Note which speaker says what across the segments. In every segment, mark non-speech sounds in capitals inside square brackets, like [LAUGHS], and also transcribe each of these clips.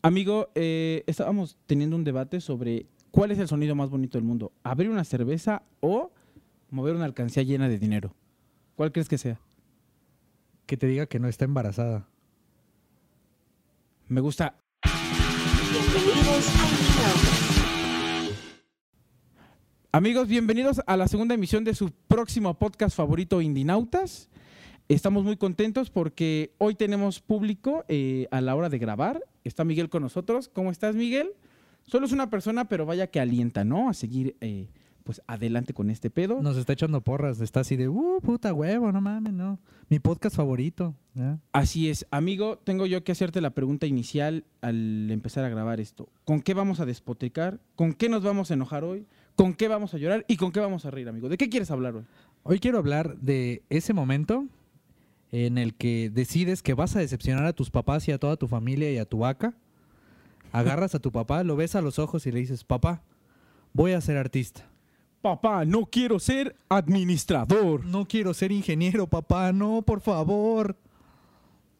Speaker 1: Amigo, eh, estábamos teniendo un debate sobre cuál es el sonido más bonito del mundo, abrir una cerveza o mover una alcancía llena de dinero. ¿Cuál crees que sea?
Speaker 2: Que te diga que no está embarazada.
Speaker 1: Me gusta.
Speaker 3: Bienvenidos al show.
Speaker 1: Amigos, bienvenidos a la segunda emisión de su próximo podcast favorito, Indinautas. Estamos muy contentos porque hoy tenemos público eh, a la hora de grabar. Está Miguel con nosotros. ¿Cómo estás, Miguel? Solo es una persona, pero vaya que alienta, ¿no? A seguir eh, pues adelante con este pedo.
Speaker 2: Nos está echando porras, está así de, uh, puta huevo, no mames, no. Mi podcast favorito. ¿ya?
Speaker 1: Así es, amigo, tengo yo que hacerte la pregunta inicial al empezar a grabar esto. ¿Con qué vamos a despotricar? ¿Con qué nos vamos a enojar hoy? ¿Con qué vamos a llorar? ¿Y con qué vamos a reír, amigo? ¿De qué quieres hablar hoy?
Speaker 2: Hoy quiero hablar de ese momento en el que decides que vas a decepcionar a tus papás y a toda tu familia y a tu vaca. Agarras a tu papá, lo ves a los ojos y le dices, papá, voy a ser artista.
Speaker 1: Papá, no quiero ser administrador.
Speaker 2: No quiero ser ingeniero, papá, no, por favor.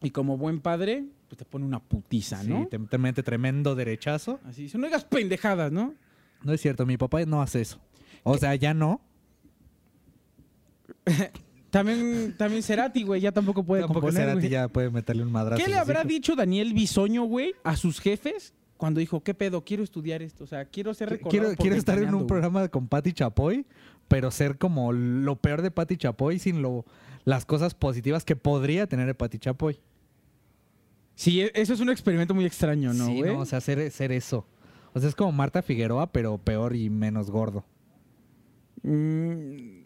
Speaker 1: Y como buen padre, pues te pone una putiza, ¿no?
Speaker 2: Sí, te, te mete tremendo derechazo.
Speaker 1: Así dice, no digas pendejadas, ¿no?
Speaker 2: No es cierto, mi papá no hace eso. O sea, ya no.
Speaker 1: También, también Cerati, güey, ya tampoco puede
Speaker 2: Tampoco
Speaker 1: componer,
Speaker 2: Cerati
Speaker 1: güey.
Speaker 2: ya puede meterle un madrazo.
Speaker 1: ¿Qué
Speaker 2: a
Speaker 1: le
Speaker 2: sus
Speaker 1: habrá
Speaker 2: hijos.
Speaker 1: dicho Daniel Bisoño, güey, a sus jefes cuando dijo, qué pedo, quiero estudiar esto? O sea, quiero ser recordado
Speaker 2: Quiero,
Speaker 1: por
Speaker 2: quiero estar en
Speaker 1: ventaneando,
Speaker 2: un
Speaker 1: güey".
Speaker 2: programa con Patti Chapoy, pero ser como lo peor de Patti Chapoy sin lo, las cosas positivas que podría tener Patti Chapoy.
Speaker 1: Sí, e- eso es un experimento muy extraño, ¿no,
Speaker 2: Sí,
Speaker 1: güey?
Speaker 2: o sea, ser, ser eso. O sea, es como Marta Figueroa, pero peor y menos gordo.
Speaker 1: Mm,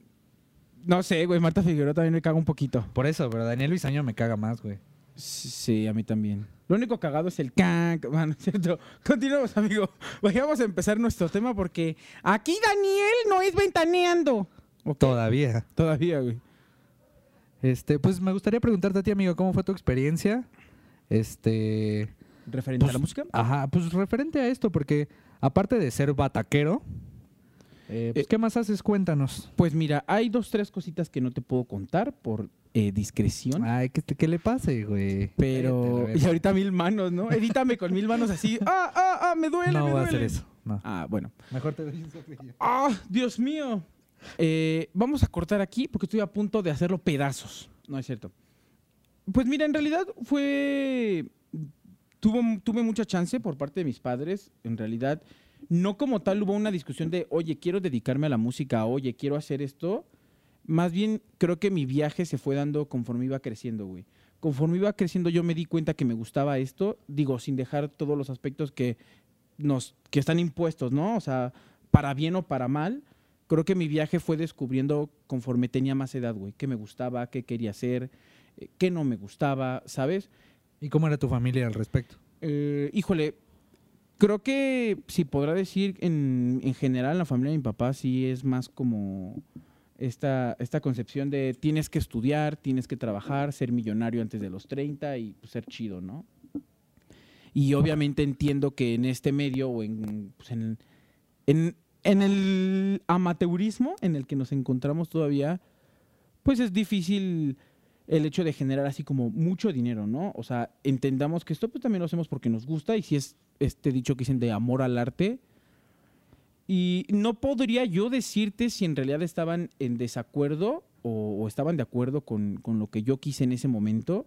Speaker 1: no sé, güey, Marta Figueroa también me caga un poquito.
Speaker 2: Por eso, pero Daniel Bisaño me caga más, güey.
Speaker 1: Sí, a mí también. Lo único cagado es el can, [LAUGHS] bueno, es cierto. Continuamos, amigo. Oye, Vamos a empezar nuestro tema porque aquí Daniel no es ventaneando. Ok.
Speaker 2: Todavía.
Speaker 1: Todavía, güey.
Speaker 2: Este, pues me gustaría preguntarte a ti, amigo, ¿cómo fue tu experiencia? Este.
Speaker 1: Referente
Speaker 2: Pues,
Speaker 1: a la música.
Speaker 2: Ajá, pues referente a esto, porque aparte de ser bataquero, eh, pues,
Speaker 1: Eh,
Speaker 2: ¿qué más haces? Cuéntanos.
Speaker 1: Pues mira, hay dos, tres cositas que no te puedo contar por eh, discreción.
Speaker 2: Ay, ¿qué, te- qué le pase, güey?
Speaker 1: Pero. Y [LAUGHS]
Speaker 2: Cállate,
Speaker 1: ahorita mil manos, ¿no? Edítame con mil manos [LAUGHS] así. ¡Ah, ah, ah! ¡Me duele!
Speaker 2: la
Speaker 1: me
Speaker 2: verga. No va a
Speaker 1: duele!
Speaker 2: hacer eso. no.
Speaker 1: Ah, bueno.
Speaker 2: Mejor te doy un cepillo.
Speaker 1: ¡Ah, Dios mío! Eh, vamos a cortar aquí porque estoy a punto de hacerlo pedazos. No es cierto. Pues mira, en realidad fue. Tuvo, tuve mucha chance por parte de mis padres. En realidad, no como tal hubo una discusión de, oye, quiero dedicarme a la música, oye, quiero hacer esto. Más bien, creo que mi viaje se fue dando conforme iba creciendo, güey. Conforme iba creciendo, yo me di cuenta que me gustaba esto, digo, sin dejar todos los aspectos que, nos, que están impuestos, ¿no? O sea, para bien o para mal, creo que mi viaje fue descubriendo conforme tenía más edad, güey, qué me gustaba, qué quería hacer, eh, qué no me gustaba, ¿sabes?
Speaker 2: ¿Y cómo era tu familia al respecto?
Speaker 1: Eh, híjole, creo que si podrá decir en, en general la familia de mi papá sí es más como esta, esta concepción de tienes que estudiar, tienes que trabajar, ser millonario antes de los 30 y pues, ser chido, ¿no? Y obviamente entiendo que en este medio o en, pues, en, en- en el amateurismo en el que nos encontramos todavía, pues es difícil el hecho de generar así como mucho dinero, ¿no? O sea, entendamos que esto pues también lo hacemos porque nos gusta y si es este dicho que dicen de amor al arte. Y no podría yo decirte si en realidad estaban en desacuerdo o, o estaban de acuerdo con, con lo que yo quise en ese momento.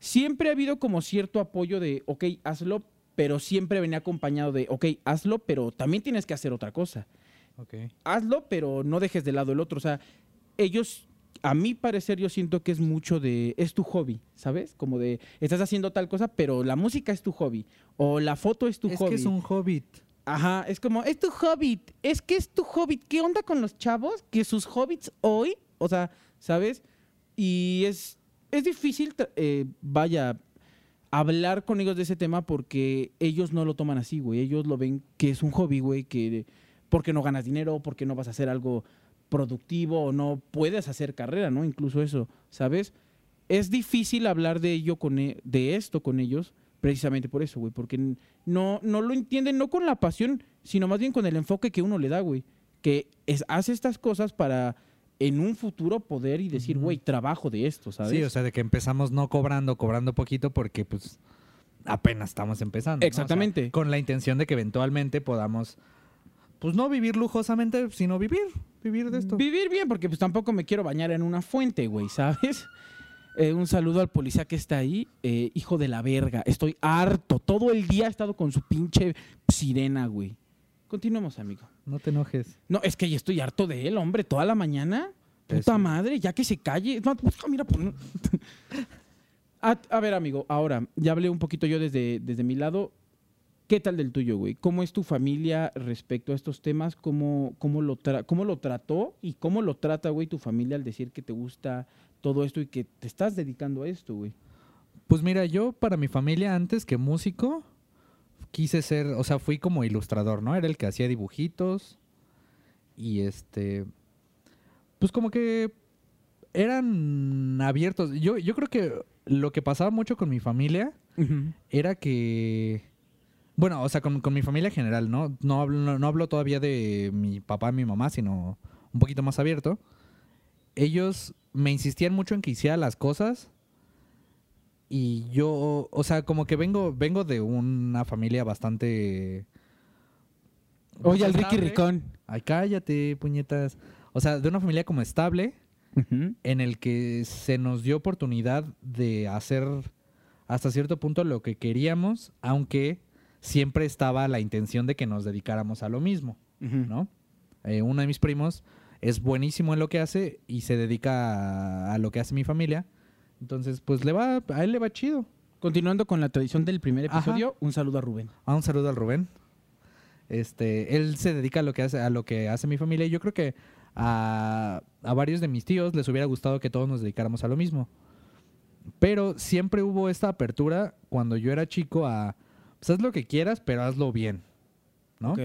Speaker 1: Siempre ha habido como cierto apoyo de, ok, hazlo, pero siempre venía acompañado de, ok, hazlo, pero también tienes que hacer otra cosa
Speaker 2: Ok.
Speaker 1: hazlo, pero no dejes de lado el otro. O sea, ellos, a mi parecer, yo siento que es mucho de, es tu hobby, ¿sabes? Como de, estás haciendo tal cosa, pero la música es tu hobby, o la foto es tu
Speaker 2: es
Speaker 1: hobby.
Speaker 2: que es un hobbit.
Speaker 1: Ajá, es como, es tu hobbit, es que es tu hobbit. ¿Qué onda con los chavos? Que sus hobbits hoy, o sea, ¿sabes? Y es, es difícil, tra- eh, vaya, hablar con ellos de ese tema porque ellos no lo toman así, güey. Ellos lo ven que es un hobby, güey, que porque no ganas dinero, porque no vas a hacer algo productivo o no puedes hacer carrera, ¿no? Incluso eso, ¿sabes? Es difícil hablar de ello con e- de esto con ellos precisamente por eso, güey, porque n- no no lo entienden no con la pasión, sino más bien con el enfoque que uno le da, güey, que es hace estas cosas para en un futuro poder y decir,
Speaker 2: Ujú.
Speaker 1: güey, trabajo de esto, ¿sabes?
Speaker 2: Sí, o sea, de que empezamos no cobrando, cobrando poquito porque pues apenas estamos empezando. ¿no? O sea,
Speaker 1: Exactamente.
Speaker 2: con la intención de que eventualmente podamos, pues no vivir lujosamente, sino vivir, vivir de esto.
Speaker 1: Vivir bien, porque pues tampoco me quiero bañar en una fuente, güey, ¿sabes? [LAUGHS] Eh, un saludo al policía que está ahí, eh, hijo de la verga. Estoy harto. Todo el día ha estado con su pinche sirena, güey. Continuemos, amigo.
Speaker 2: No te enojes.
Speaker 1: No, es que ya estoy harto de él, hombre, toda la mañana. Puta
Speaker 2: Eso.
Speaker 1: madre, ya que se calle. No, busca, mira, pon- [LAUGHS] a, a ver, amigo, ahora, ya hablé un poquito yo desde, desde mi lado. ¿Qué tal del tuyo, güey? ¿Cómo es tu familia respecto a estos temas? ¿Cómo, cómo, lo, tra- cómo lo trató y cómo lo trata, güey, tu familia al decir que te gusta todo esto y que te estás dedicando a esto, güey?
Speaker 2: Pues mira, yo para mi familia antes que músico quise ser, o sea, fui como ilustrador, ¿no? Era el que hacía dibujitos y este pues como que eran abiertos. Yo yo creo que lo que pasaba mucho con mi familia era que bueno, o sea, con, con mi familia en general, ¿no? No hablo, no, no hablo todavía de mi papá y mi mamá, sino un poquito más abierto. Ellos me insistían mucho en que hiciera las cosas y yo, o sea, como que vengo, vengo de una familia bastante... Pues
Speaker 1: Oye, al Ricky
Speaker 2: bastante-
Speaker 1: Ricón.
Speaker 2: Ay, cállate, puñetas. O sea, de una familia como estable en el que se nos dio oportunidad de hacer hasta cierto punto lo que queríamos, aunque siempre estaba la intención de que nos dedicáramos a lo mismo, ¿no? Eh, uno de mis primos es buenísimo en lo que hace y se dedica a, a lo que hace mi familia. Entonces, pues le va, a él le va chido.
Speaker 1: Continuando con la tradición del primer
Speaker 2: Ajá.
Speaker 1: episodio, un saludo a Rubén.
Speaker 2: Ah, un saludo al Rubén. Este, él se dedica a lo que hace, a lo que hace mi familia. Y yo creo que a, a varios de mis tíos les hubiera gustado que todos nos dedicáramos a lo mismo. Pero siempre hubo esta apertura cuando yo era chico a pues haz lo que quieras, pero hazlo bien. ¿No?
Speaker 1: Ok.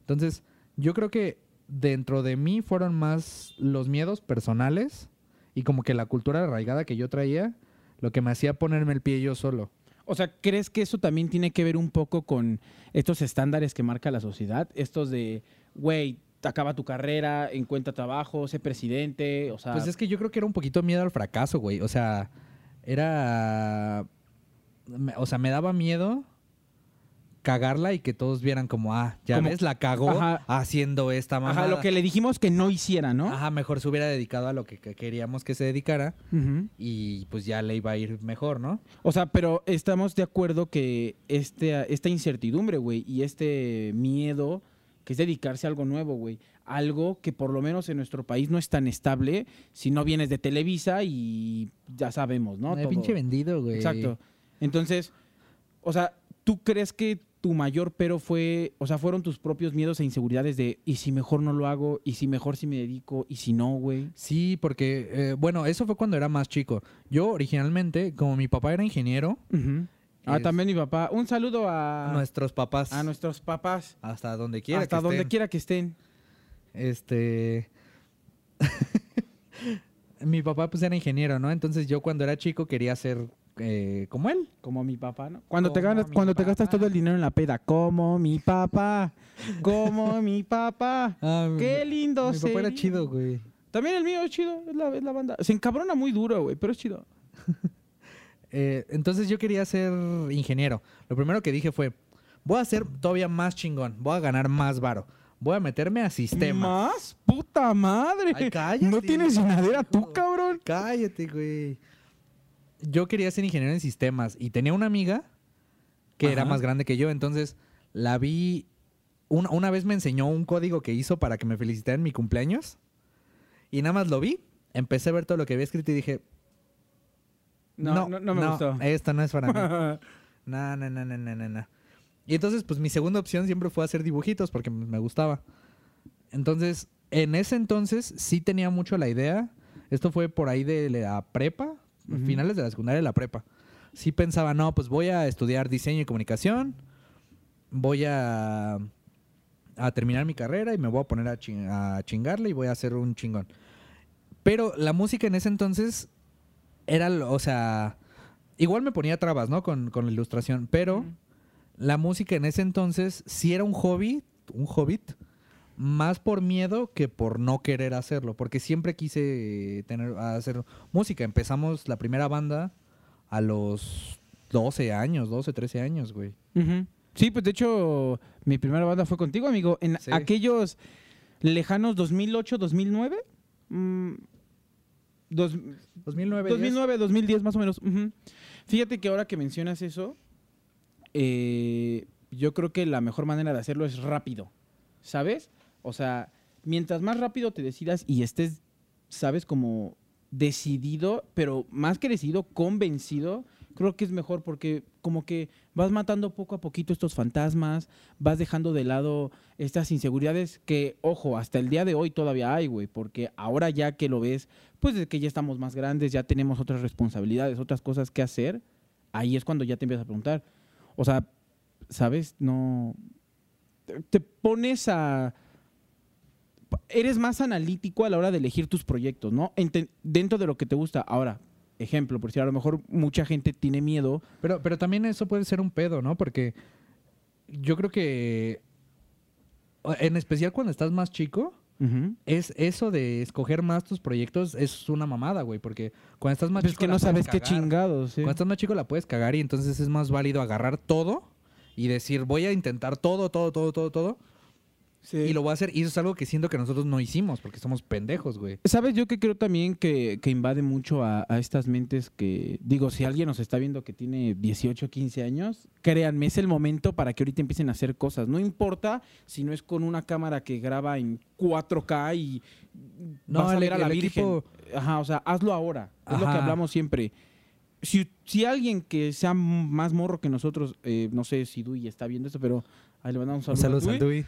Speaker 2: Entonces, yo creo que dentro de mí fueron más los miedos personales y como que la cultura arraigada que yo traía, lo que me hacía ponerme el pie yo solo.
Speaker 1: O sea, ¿crees que eso también tiene que ver un poco con estos estándares que marca la sociedad? Estos de, güey, acaba tu carrera, encuentra trabajo, sé presidente, o sea...
Speaker 2: Pues es que yo creo que era un poquito miedo al fracaso, güey. O sea, era. me- O sea, me daba miedo cagarla y que todos vieran como, ah, ya
Speaker 1: Como-
Speaker 2: ves, la cagó
Speaker 1: Ajá.
Speaker 2: haciendo esta mamada.
Speaker 1: Ajá, lo que le dijimos que no hiciera, ¿no?
Speaker 2: Ajá, mejor se hubiera dedicado a lo que, que queríamos que se dedicara
Speaker 1: Ujú.
Speaker 2: y pues ya le iba a ir mejor, ¿no?
Speaker 1: O sea, pero estamos de acuerdo que este, esta incertidumbre, güey, y este miedo que es dedicarse a algo nuevo, güey. Algo que por lo menos en nuestro país no es tan estable si no vienes de Televisa y ya sabemos, ¿no?
Speaker 2: Ay,
Speaker 1: Todo.
Speaker 2: Eh, pinche vendido, güey.
Speaker 1: Exacto. Entonces, o sea, ¿tú crees que tu mayor pero fue, o sea, fueron tus propios miedos e inseguridades de, y si mejor no lo hago, y si mejor si me dedico, y si no, güey?
Speaker 2: Sí, porque, eh, bueno, eso fue cuando era más chico. Yo originalmente, como mi papá era ingeniero,
Speaker 1: Ah,
Speaker 2: Es-
Speaker 1: también mi papá. Un saludo a,
Speaker 2: nuestros papás,
Speaker 1: a nuestros papás.
Speaker 2: hasta donde quiera.
Speaker 1: Ah, hasta
Speaker 2: que
Speaker 1: donde
Speaker 2: estén.
Speaker 1: quiera que estén.
Speaker 2: Este. [LAUGHS] mi papá, pues era ingeniero, ¿no? Entonces yo cuando era chico quería ser eh, como él.
Speaker 1: Como mi papá, ¿no? Cuando te
Speaker 2: Como
Speaker 1: ganas,
Speaker 2: mi
Speaker 1: cuando te gastas
Speaker 2: papá.
Speaker 1: todo el dinero en la peda, como mi papá, como mi papá. Qué lindo
Speaker 2: Ah, Mi papá era
Speaker 1: sería.
Speaker 2: chido, güey.
Speaker 1: También el mío es chido, es la, es la banda. Se encabrona muy duro, güey, pero es chido.
Speaker 2: Eh, entonces yo quería ser ingeniero. Lo primero que dije fue: voy a ser todavía más chingón, voy a ganar más varo, voy a meterme a sistemas.
Speaker 1: ¿Más? ¡Puta madre!
Speaker 2: Ay, cállate,
Speaker 1: no tienes
Speaker 2: hijo.
Speaker 1: llenadera tú, cabrón.
Speaker 2: Cállate, güey. Yo quería ser ingeniero en sistemas y tenía una amiga que era
Speaker 1: Ajá.
Speaker 2: más grande que yo, entonces la vi. Una, una vez me enseñó un código que hizo para que me felicitaran en mi cumpleaños y nada más lo vi. Empecé a ver todo lo que había escrito y dije:
Speaker 1: No, no, no eh, me gustó.
Speaker 2: Esto no es
Speaker 1: [LAUGHS]
Speaker 2: para mí. No, no, no, no, no, no, no. Y entonces, pues mi segunda opción siempre fue hacer dibujitos porque m- me gustaba. Entonces, en ese entonces sí tenía mucho la idea. Esto fue por ahí de la prepa,
Speaker 1: Ujú.
Speaker 2: finales de la secundaria de la prepa. Sí pensaba, no, pues voy a estudiar diseño y comunicación, voy a, a terminar mi carrera y me voy a poner a, chin- a chingarle y voy a hacer un chingón. Pero la música en ese entonces era, lo- o sea, igual me ponía trabas, ¿no? Con, con la ilustración, pero
Speaker 1: Ujú.
Speaker 2: la música en ese entonces sí era un hobby, un hobbit, más por miedo que por no querer hacerlo, porque siempre quise tener hacer música. Empezamos la primera banda a los 12 años, 12, 13 años, güey.
Speaker 1: Ujú. Sí, pues de hecho, mi primera banda fue contigo, amigo. En
Speaker 2: Sí.
Speaker 1: aquellos lejanos 2008, 2009. mm, dos-
Speaker 2: 2009.
Speaker 1: 2009, 2010 más o menos. ujú. Fíjate que ahora que mencionas eso, eh, yo creo que la mejor manera de hacerlo es rápido, ¿sabes? O sea, mientras más rápido te decidas y estés, ¿sabes? Como decidido, pero más que decidido, convencido, creo que es mejor porque como que vas matando poco a poquito estos fantasmas, vas dejando de lado estas inseguridades que, ojo, hasta el día de hoy todavía hay, güey, porque ahora ya que lo ves, pues de que ya estamos más grandes, ya tenemos otras responsabilidades, otras cosas que hacer, ahí es cuando ya te empiezas a preguntar. O sea, ¿sabes? No... te- Te pones a... Eres más analítico a la hora de elegir tus proyectos, ¿no? Ente- dentro de lo que te gusta. Ahora, ejemplo, por si a lo mejor mucha gente tiene miedo
Speaker 2: Pero, pero también eso puede ser un pedo, ¿no? Porque yo creo que, o- en especial cuando estás más chico, es eso de escoger más tus proyectos es una mamada, güey. Porque cuando estás más
Speaker 1: Pues es
Speaker 2: chico...
Speaker 1: que
Speaker 2: la
Speaker 1: no
Speaker 2: puedes
Speaker 1: sabes qué
Speaker 2: cagar.
Speaker 1: chingados. sí.
Speaker 2: Cuando estás más chico la puedes cagar y entonces es más válido agarrar todo y decir, voy a intentar todo, todo, todo, todo, todo. Y lo voy a hacer. Y eso es algo que siento que nosotros no hicimos porque somos pendejos, güey.
Speaker 1: ¿Sabes? Yo que creo también que, que invade mucho a, a estas mentes que, digo, si alguien nos está viendo que tiene 18, 15 años, créanme, es el momento para que ahorita empiecen a hacer cosas. No importa si no es con una cámara que graba en 4K y
Speaker 2: No,
Speaker 1: vas a
Speaker 2: el-
Speaker 1: ver a la
Speaker 2: el
Speaker 1: Virgen.
Speaker 2: equipo-
Speaker 1: Ajá, o sea, hazlo ahora. Es lo que
Speaker 2: Ajá.
Speaker 1: hablamos siempre. Si, si alguien que sea m- más morro que nosotros, eh, no sé si Dui está viendo esto, pero ahí le mandamos un saludo. a Dui
Speaker 2: Dui.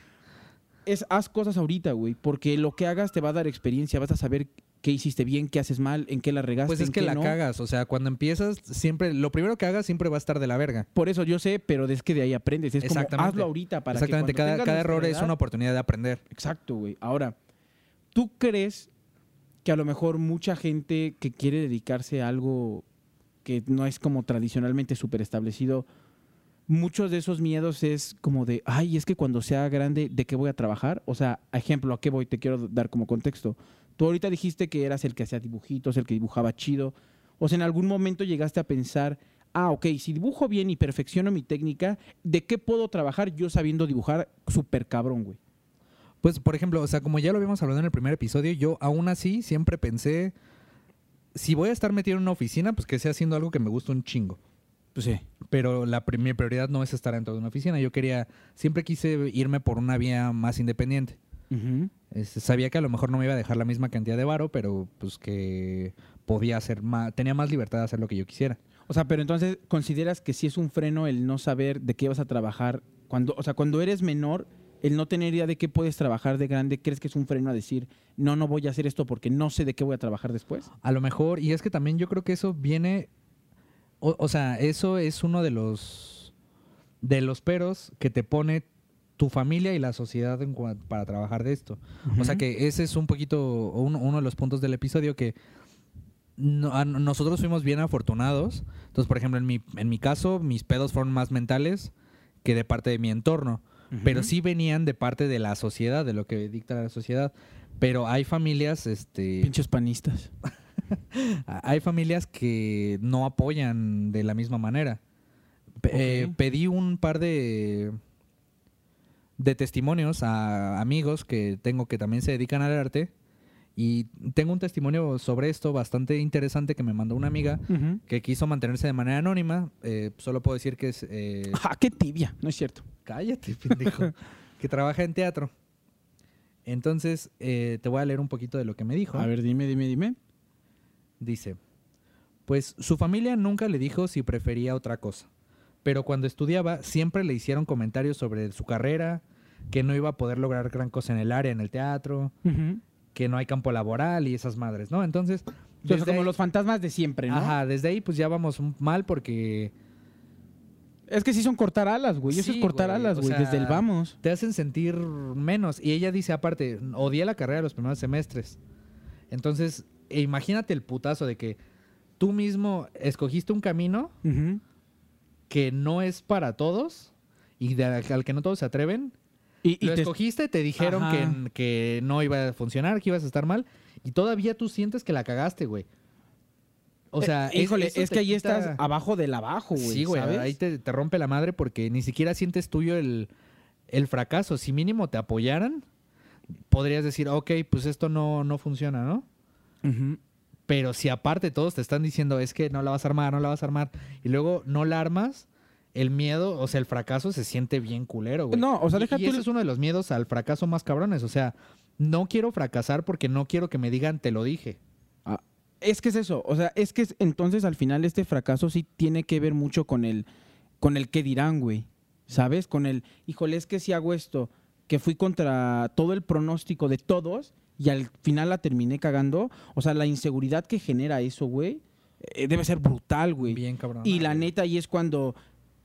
Speaker 1: es haz cosas ahorita, güey, porque lo que hagas te va a dar experiencia, vas a saber qué hiciste bien, qué haces mal, en qué la regaste,
Speaker 2: Pues es
Speaker 1: en
Speaker 2: que
Speaker 1: qué
Speaker 2: la
Speaker 1: no.
Speaker 2: cagas, o sea, cuando empiezas, siempre, lo primero que hagas siempre va a estar de la verga.
Speaker 1: Por eso yo sé, pero es que de ahí aprendes, es como
Speaker 2: Exactamente.
Speaker 1: hazlo ahorita para
Speaker 2: Exactamente,
Speaker 1: que cuando
Speaker 2: cada,
Speaker 1: tengas
Speaker 2: cada
Speaker 1: nuestra
Speaker 2: error es
Speaker 1: edad-
Speaker 2: una oportunidad de aprender.
Speaker 1: Exacto, güey. Ahora, ¿tú crees que a lo mejor mucha gente que quiere dedicarse a algo que no es como tradicionalmente súper establecido, muchos de esos miedos es como de, ay, es que cuando sea grande, ¿de qué voy a trabajar? O sea, ejemplo, ¿a qué voy? Te quiero dar como contexto. Tú ahorita dijiste que eras el que hacía dibujitos, el que dibujaba chido. O sea, en algún momento llegaste a pensar, ah, ok, si dibujo bien y perfecciono mi técnica, ¿de qué puedo trabajar yo sabiendo dibujar súper cabrón, güey?
Speaker 2: Pues, por ejemplo, o sea, como ya lo habíamos hablado en el primer episodio, yo aún así siempre pensé, si voy a estar metido en una oficina, pues que sea haciendo algo que me guste un chingo.
Speaker 1: Pues sí.
Speaker 2: Pero la, pri- mi prioridad no es estar dentro de una oficina. Yo quería, siempre quise irme por una vía más independiente.
Speaker 1: Ujú.
Speaker 2: Este, sabía que a lo mejor no me iba a dejar la misma cantidad de varo, pero pues que podía hacer más, tenía más libertad de hacer lo que yo quisiera.
Speaker 1: O sea, pero entonces, ¿consideras que sí es un freno el no saber de qué vas a trabajar? Cuando, o sea, cuando eres menor, el no tener idea de qué puedes trabajar de grande, ¿crees que es un freno a decir, no, no voy a hacer esto porque no sé de qué voy a trabajar después?
Speaker 2: A lo mejor, y es que también yo creo que eso viene, o, o sea, eso es uno de los, de los peros que te pone tu familia y la sociedad en cua- para trabajar de esto. O sea que ese es un poquito uno, uno de los puntos del episodio que no- a- nosotros fuimos bien afortunados. Entonces, por ejemplo, en mi, en mi caso, mis pedos fueron más mentales que de parte de mi entorno pero sí venían de parte de la sociedad, de lo que dicta la sociedad. Pero hay familias, este,
Speaker 1: Pinches panistas.
Speaker 2: a- hay familias que no apoyan de la misma manera. Pe- eh,
Speaker 1: Ok.
Speaker 2: pedí un par de de testimonios a amigos que tengo que también se dedican al arte y tengo un testimonio sobre esto bastante interesante que me mandó una amiga que quiso mantenerse de manera anónima. Eh, solo puedo decir que es eh,
Speaker 1: ¡Ah, qué tibia! No es cierto.
Speaker 2: [LAUGHS] Cállate, pendejo. [LAUGHS] que trabaja en teatro. Entonces, eh, te voy a leer un poquito de lo que me dijo.
Speaker 1: A ver, dime, dime, dime.
Speaker 2: Dice, pues su familia nunca le dijo si prefería otra cosa, pero cuando estudiaba siempre le hicieron comentarios sobre su carrera, que no iba a poder lograr gran cosa en el área, en el teatro, que no hay campo laboral y esas madres, ¿no? Entonces,
Speaker 1: O sea,
Speaker 2: desde
Speaker 1: como
Speaker 2: ahí-
Speaker 1: los fantasmas de siempre, ¿no?
Speaker 2: Ajá, desde ahí pues ya vamos mal porque
Speaker 1: Es que sí son cortar alas, güey. Eso
Speaker 2: Sí,
Speaker 1: es cortar
Speaker 2: güey,
Speaker 1: alas,
Speaker 2: o
Speaker 1: güey.
Speaker 2: sea,
Speaker 1: Desde el vamos.
Speaker 2: te hacen sentir menos. Y ella dice, aparte, odié la carrera los primeros semestres. Entonces, e imagínate el putazo de que tú mismo escogiste un camino
Speaker 1: Ujú.
Speaker 2: que no es para todos y de- al que no todos se atreven.
Speaker 1: Y, y
Speaker 2: lo
Speaker 1: te-
Speaker 2: escogiste, te dijeron
Speaker 1: Ajá.
Speaker 2: que, que no iba a funcionar, que ibas a estar mal y todavía tú sientes que la cagaste, güey. O sea, es-
Speaker 1: eh, híjole, es,
Speaker 2: eso
Speaker 1: que
Speaker 2: te
Speaker 1: ahí
Speaker 2: quita-
Speaker 1: estás abajo del abajo, güey.
Speaker 2: Sí, güey,
Speaker 1: ¿sabes?
Speaker 2: ahí te, te rompe la madre porque ni siquiera sientes tuyo el, el fracaso. Si mínimo te apoyaran, podrías decir, ok, pues esto no, no funciona, ¿no?
Speaker 1: Ujú.
Speaker 2: Pero si aparte todos te están diciendo, es que no la vas a armar, no la vas a armar, y luego no la armas, el miedo, o sea, el fracaso se siente bien culero, güey.
Speaker 1: No, o sea,
Speaker 2: Y-
Speaker 1: deja
Speaker 2: y,
Speaker 1: tú
Speaker 2: ese
Speaker 1: el-
Speaker 2: es uno de los miedos al fracaso más cabrones, o sea, no quiero fracasar porque no quiero que me digan, te lo dije.
Speaker 1: Ah, es que es eso, o sea, es que es- entonces al final este fracaso sí tiene que ver mucho con el, con el qué dirán, güey, ¿sabes? Con el, híjole, es que si hago esto, que fui contra todo el pronóstico de todos y al final la terminé cagando, o sea, la inseguridad que genera eso, güey, eh, debe ser brutal, güey.
Speaker 2: Bien cabrón.
Speaker 1: Y la neta ahí es cuando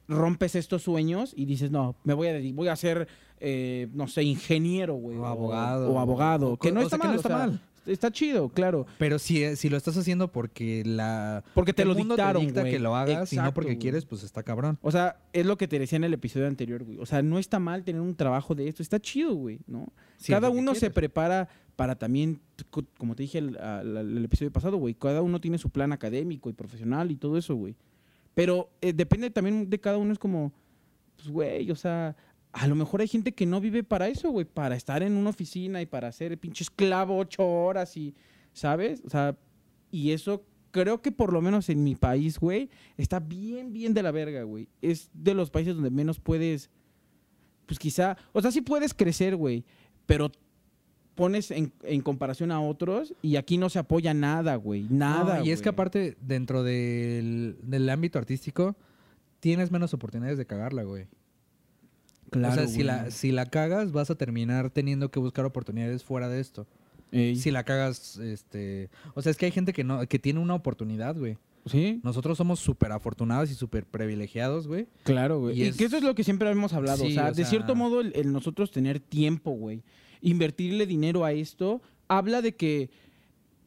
Speaker 1: rompes estos sueños y dices, no, me voy a dedicar, voy a ser, eh, no sé, ingeniero, güey.
Speaker 2: O abogado.
Speaker 1: O abogado. que no
Speaker 2: O
Speaker 1: está
Speaker 2: sea, que no
Speaker 1: mal. o
Speaker 2: está
Speaker 1: sea,
Speaker 2: mal.
Speaker 1: Está chido, claro.
Speaker 2: Pero si, eh, si lo estás haciendo porque la
Speaker 1: Porque te
Speaker 2: el
Speaker 1: lo
Speaker 2: mundo
Speaker 1: dictaron,
Speaker 2: te dicta
Speaker 1: güey.
Speaker 2: que lo hagas y
Speaker 1: Exacto,
Speaker 2: no porque
Speaker 1: güey.
Speaker 2: quieres, pues está cabrón.
Speaker 1: O sea, es lo que te decía en el episodio anterior, güey. O sea, no está mal tener un trabajo de esto. Está chido, güey, ¿no?
Speaker 2: Sí,
Speaker 1: cada
Speaker 2: es lo que
Speaker 1: uno se
Speaker 2: quieres.
Speaker 1: prepara para también, co- como te dije el, al- al- el episodio pasado, güey, cada uno tiene su plan académico y profesional y todo eso, güey. Pero eh, depende también de cada uno, es como, pues, güey, o sea, a lo mejor hay gente que no vive para eso, güey, para estar en una oficina y para hacer pinche esclavo ocho horas y, ¿sabes? O sea, y eso creo que por lo menos en mi país, güey, está bien, bien de la verga, güey. Es de los países donde menos puedes, pues quizá, o sea, sí puedes crecer, güey, pero pones en, en comparación a otros y aquí no se apoya nada, güey, nada.
Speaker 2: No, y es
Speaker 1: güey.
Speaker 2: que aparte, dentro del, del ámbito artístico, tienes menos oportunidades de cagarla, güey. o sea, si
Speaker 1: güey.
Speaker 2: la, si la cagas, vas a terminar teniendo que buscar oportunidades fuera de esto.
Speaker 1: Ey,
Speaker 2: Si la cagas, este... O sea, es que hay gente que, no, que tiene una oportunidad, güey.
Speaker 1: sí,
Speaker 2: Nosotros somos súper afortunados y súper privilegiados, güey.
Speaker 1: Claro, güey.
Speaker 2: Y
Speaker 1: Y,
Speaker 2: es-
Speaker 1: que eso es lo que siempre hemos hablado.
Speaker 2: Sí,
Speaker 1: o sea,
Speaker 2: o
Speaker 1: de
Speaker 2: sea-
Speaker 1: cierto modo, el, el nosotros tener tiempo, güey, invertirle dinero a esto, habla de que,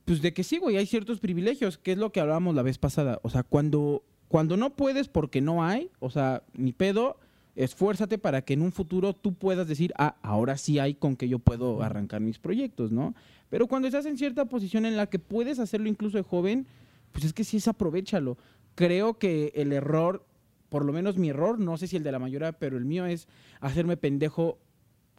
Speaker 1: pues de que sí, güey, hay ciertos privilegios, que es lo que hablábamos la vez pasada. O sea, cuando, cuando no puedes porque no hay, o sea, ni pedo, esfuérzate para que en un futuro tú puedas decir, ah, ahora sí hay con que yo puedo arrancar mis proyectos, ¿no? Pero cuando estás en cierta posición en la que puedes hacerlo incluso de joven, pues es que sí es aprovechalo. Creo que el error, por lo menos mi error, no sé si el de la mayoría, pero el mío es hacerme pendejo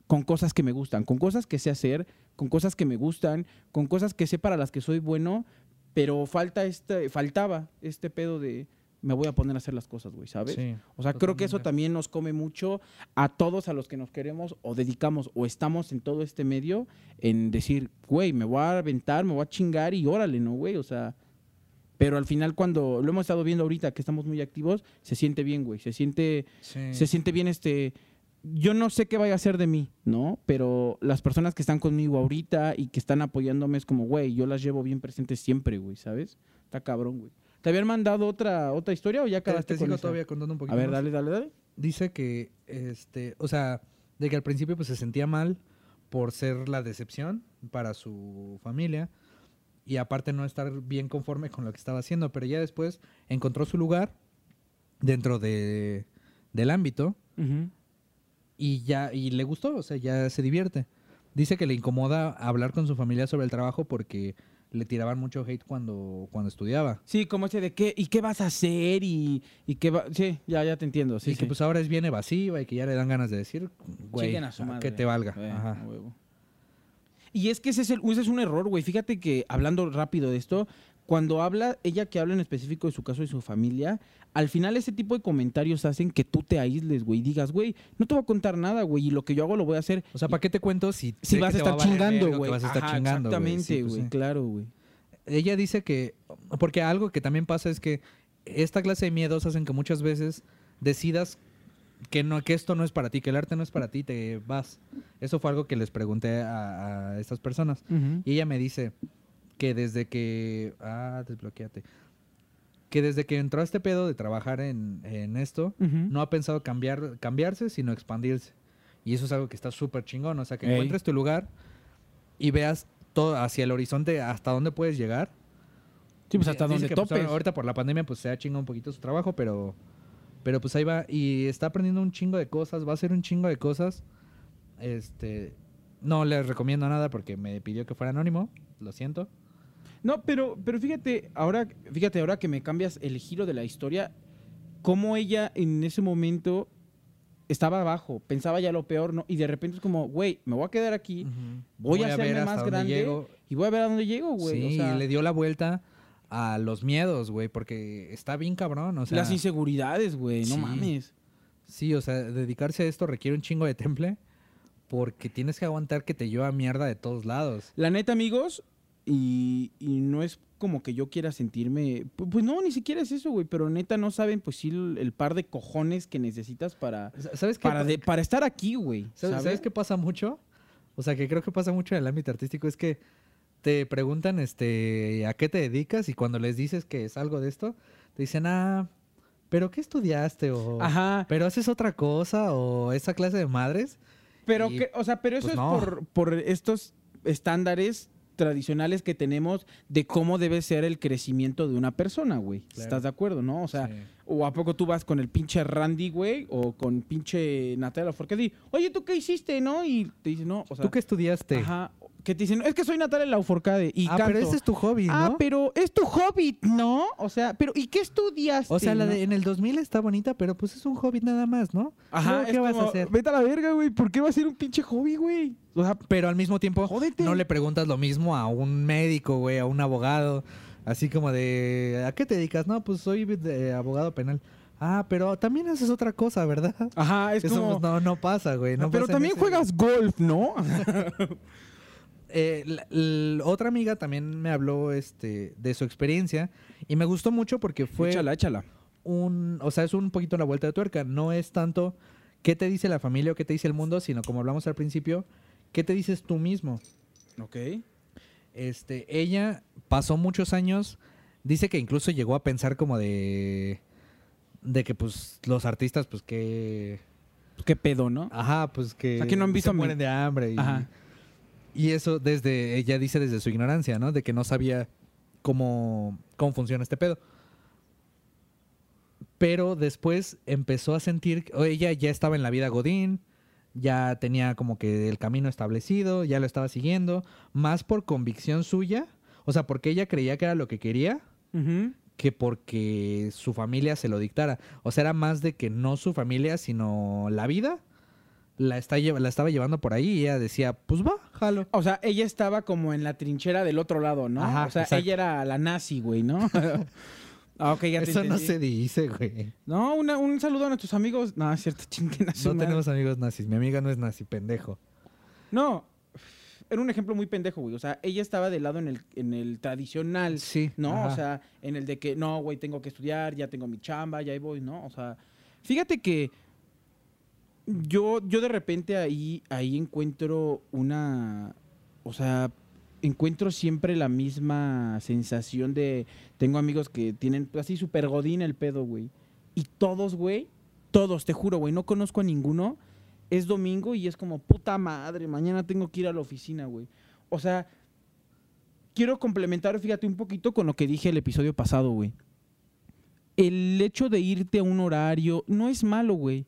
Speaker 1: con cosas que me gustan, con cosas que sé hacer, con cosas que me gustan, con cosas que sé para las que soy bueno, pero falta este, faltaba este pedo de me voy a poner a hacer las cosas, güey, ¿sabes?
Speaker 2: Sí,
Speaker 1: o sea, creo que eso
Speaker 2: totalmente.
Speaker 1: también nos come mucho a todos a los que nos queremos o dedicamos o estamos en todo este medio en decir, güey, me voy a aventar, me voy a chingar y órale, ¿no, güey? O sea, pero al final cuando lo hemos estado viendo ahorita que estamos muy activos, se siente bien, güey, se siente
Speaker 2: Sí.
Speaker 1: se siente bien este yo no sé qué vaya a ser de mí, ¿no? Pero las personas que están conmigo ahorita y que están apoyándome es como, güey, yo las llevo bien presentes siempre, güey, ¿sabes? Está cabrón, güey. ¿Te habían mandado otra otra historia o ya
Speaker 2: Te,
Speaker 1: acabaste
Speaker 2: te
Speaker 1: con
Speaker 2: sigo
Speaker 1: esa?
Speaker 2: todavía contando un poquito
Speaker 1: A ver,
Speaker 2: más.
Speaker 1: dale, dale, dale.
Speaker 2: dice que, este, o sea, de que al principio pues se sentía mal por ser la decepción para su familia y aparte no estar bien conforme con lo que estaba haciendo, pero ya después encontró su lugar dentro de, del ámbito y ya y le gustó, o sea, ya se divierte. Dice que le incomoda hablar con su familia sobre el trabajo porque le tiraban mucho hate cuando, cuando estudiaba.
Speaker 1: Sí, como ese de qué y qué vas a hacer y, y qué va, sí, ya ya te entiendo, sí,
Speaker 2: y que
Speaker 1: sí.
Speaker 2: pues ahora es bien evasiva y que ya le dan ganas de decir, güey,
Speaker 1: Chinguen a su
Speaker 2: a-
Speaker 1: madre.
Speaker 2: que te valga.
Speaker 1: Eh,
Speaker 2: Ajá.
Speaker 1: a huevo. Y es que ese es, el- ese es un error, güey. Fíjate que, hablando rápido de esto, cuando habla, ella que habla en específico de su caso y su familia, al final ese tipo de comentarios hacen que tú te aísles, güey. y Digas, güey, no te voy a contar nada, güey, y lo que yo hago lo voy a hacer.
Speaker 2: O sea, ¿para qué te cuento si,
Speaker 1: Si
Speaker 2: sé
Speaker 1: vas
Speaker 2: que
Speaker 1: a
Speaker 2: te va
Speaker 1: estar
Speaker 2: valer verga
Speaker 1: chingando,
Speaker 2: que
Speaker 1: güey.
Speaker 2: Vas a estar
Speaker 1: Ajá,
Speaker 2: chingando, güey? Sí,
Speaker 1: Exactamente,
Speaker 2: pues,
Speaker 1: güey,
Speaker 2: sí.
Speaker 1: claro, güey.
Speaker 2: Ella dice que, porque algo que también pasa es que esta clase de miedos hacen que muchas veces decidas que no que esto no es para ti, que el arte no es para ti, te vas. Eso fue algo que les pregunté a, a estas personas. Y ella me dice que desde que... Ah, desbloqueate. Que desde que entró a este pedo de trabajar en, en esto,
Speaker 1: Ujú.
Speaker 2: no ha pensado cambiar, cambiarse, sino expandirse. Y eso es algo que está súper chingón. O sea, que
Speaker 1: Ey.
Speaker 2: encuentres tu lugar y veas todo hacia el horizonte, hasta dónde puedes llegar.
Speaker 1: Sí, pues hasta
Speaker 2: Dice
Speaker 1: donde
Speaker 2: que, pues,
Speaker 1: topes.
Speaker 2: ahorita por la pandemia, pues se ha chingado un poquito su trabajo, pero, pero pues ahí va. Y está aprendiendo un chingo de cosas, va a hacer un chingo de cosas. Este, no les recomiendo nada porque me pidió que fuera anónimo, lo siento.
Speaker 1: No, pero, pero fíjate, ahora, fíjate, ahora que me cambias el giro de la historia, cómo ella en ese momento estaba abajo, pensaba ya lo peor, ¿no? Y de repente es como, güey, me voy a quedar aquí,
Speaker 2: Mm.
Speaker 1: voy, a hacerme
Speaker 2: hasta
Speaker 1: más
Speaker 2: dónde
Speaker 1: grande
Speaker 2: llego.
Speaker 1: y voy a ver a dónde llego, güey.
Speaker 2: sí,
Speaker 1: o sea,
Speaker 2: y le dio la vuelta a los miedos, güey, porque está bien cabrón, o sea.
Speaker 1: las inseguridades, güey, no
Speaker 2: Sí.
Speaker 1: mames.
Speaker 2: Sí, o sea, dedicarse a esto requiere un chingo de temple porque tienes que aguantar que te lleva mierda de todos lados.
Speaker 1: La neta, amigos, y, y no es como que yo quiera sentirme, pu- pues no, ni siquiera es eso, güey, pero neta no saben, pues sí, el, el par de cojones que necesitas para,
Speaker 2: Sa- ¿Sabes qué?
Speaker 1: para,
Speaker 2: pa-
Speaker 1: de- para estar aquí, güey.
Speaker 2: ¿Sabes,
Speaker 1: ¿sabes?
Speaker 2: sabes qué pasa mucho? O sea, que creo que pasa mucho en el ámbito artístico es que te preguntan este a qué te dedicas y cuando les dices que es algo de esto, te dicen, "Ah, pero qué estudiaste o
Speaker 1: Ajá,
Speaker 2: pero haces otra cosa o esa clase de madres?"
Speaker 1: Pero,
Speaker 2: Y,
Speaker 1: que, o sea, pero eso
Speaker 2: pues,
Speaker 1: es
Speaker 2: no.
Speaker 1: por, por estos estándares tradicionales que tenemos de cómo debe ser el crecimiento de una persona, güey.
Speaker 2: Claro.
Speaker 1: ¿Estás de acuerdo, no? O sea,
Speaker 2: Sí.
Speaker 1: ¿o a poco tú vas con el pinche Randy, güey? O con pinche Natalia Forcadell. Oye, ¿tú qué hiciste, no? Y te dicen, no, o sea...
Speaker 2: ¿Tú qué estudiaste?
Speaker 1: Ajá. Que te dicen, es que soy Natalia Lauforcade y
Speaker 2: ah,
Speaker 1: canto.
Speaker 2: pero ese es tu hobby, ¿no?
Speaker 1: Ah, pero es tu hobbit, ¿no? O sea, pero ¿y qué estudiaste?
Speaker 2: O sea, la
Speaker 1: no?
Speaker 2: de, en el 2000 está bonita, pero pues es un hobby nada más, ¿no? Luego,
Speaker 1: Ajá,
Speaker 2: ¿Qué
Speaker 1: es
Speaker 2: vas
Speaker 1: como,
Speaker 2: a hacer?
Speaker 1: Vete a la verga, güey. ¿Por qué va a ser un pinche hobby, güey? O sea,
Speaker 2: Pero al mismo tiempo,
Speaker 1: Jódete.
Speaker 2: no le preguntas lo mismo a un médico, güey, a un abogado. Así como de, ¿a qué te dedicas? No, pues soy de- abogado penal. Ah, pero también haces otra cosa, ¿verdad?
Speaker 1: Ajá, Ah, es
Speaker 2: Eso
Speaker 1: como...
Speaker 2: pues, no, no pasa, güey. no
Speaker 1: Ah, pero
Speaker 2: pasa en
Speaker 1: también
Speaker 2: ese-
Speaker 1: juegas golf, [LAUGHS] ¿no?
Speaker 2: Eh, la- l- otra amiga también me habló este, de su experiencia y me gustó mucho porque fue...
Speaker 1: Échala, échala.
Speaker 2: un, o sea, es un poquito la vuelta de tuerca. No es tanto qué te dice la familia o qué te dice el mundo, sino como hablamos al principio, qué te dices tú mismo.
Speaker 1: Ok.
Speaker 2: Este, ella pasó muchos años, dice que incluso llegó a pensar como de de que pues los artistas pues que
Speaker 1: Qué pedo, ¿no?
Speaker 2: ajá, pues que
Speaker 1: O sea, que no han visto
Speaker 2: se
Speaker 1: mi-
Speaker 2: mueren de hambre y
Speaker 1: Ajá.
Speaker 2: y eso desde ella dice desde su ignorancia, ¿no? De que no sabía cómo cómo funciona este pedo. Pero después empezó a sentir o ella ya estaba en la vida godín, ya tenía como que el camino establecido, ya lo estaba siguiendo, más por convicción suya, o sea, porque ella creía que era lo que quería
Speaker 1: Ujú.
Speaker 2: que porque su familia se lo dictara. O sea, era más de que no su familia, sino la vida la, está, lle- la estaba llevando por ahí y ella decía, pues va, jalo.
Speaker 1: O sea, ella estaba como en la trinchera del otro lado, ¿no?
Speaker 2: Ajá,
Speaker 1: o sea,
Speaker 2: exacto.
Speaker 1: ella era la nazi, güey,
Speaker 2: [LAUGHS]
Speaker 1: ¿no? ah, ok, ya te
Speaker 2: Eso no
Speaker 1: entendí.
Speaker 2: se dice, güey.
Speaker 1: No, una- un saludo a nuestros amigos. No, es cierto, [LAUGHS] chinguen a su
Speaker 2: No
Speaker 1: madre.
Speaker 2: tenemos amigos nazis. Mi amiga no es nazi, pendejo.
Speaker 1: No, era un ejemplo muy pendejo, güey. O sea, ella estaba del lado en el, en el tradicional.
Speaker 2: Sí.
Speaker 1: No,
Speaker 2: ajá.
Speaker 1: o sea, en el de que no, güey, tengo que estudiar, ya tengo mi chamba, ya ahí voy, ¿no? O sea, fíjate que yo, yo de repente ahí, ahí encuentro una, o sea, encuentro siempre la misma sensación de, tengo amigos que tienen pues, así super godín el pedo, güey. Y todos, güey, todos, te juro, güey, no conozco a ninguno. Es domingo y es como, puta madre, mañana tengo que ir a la oficina, güey. O sea, quiero complementar, fíjate, un poquito con lo que dije el episodio pasado, güey. El hecho de irte a un horario no es malo, güey.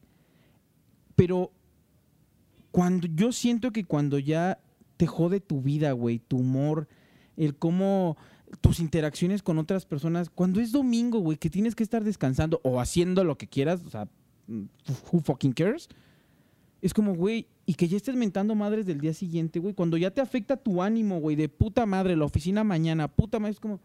Speaker 1: Pero cuando yo siento que cuando ya te jode tu vida, güey, tu humor, el cómo tus interacciones con otras personas, cuando es domingo, güey, que tienes que estar descansando o haciendo lo que quieras, o sea, mm, who fucking cares? Es como, güey, y que ya estés mentando madres del día siguiente, güey, cuando ya te afecta tu ánimo, güey, de puta madre, la oficina mañana, puta madre, es como,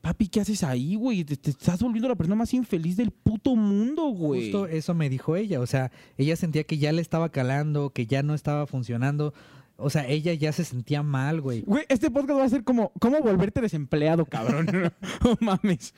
Speaker 1: papi, ¿qué haces ahí, güey? Te, te estás volviendo la persona más infeliz del puto mundo, güey.
Speaker 2: Justo eso me dijo ella. O sea, ella sentía que ya le estaba calando, que ya no estaba funcionando. O sea, ella ya se sentía mal, güey.
Speaker 1: Güey, este podcast va a ser como cómo volverte desempleado, cabrón.
Speaker 2: [LAUGHS]
Speaker 1: [LAUGHS] no mames.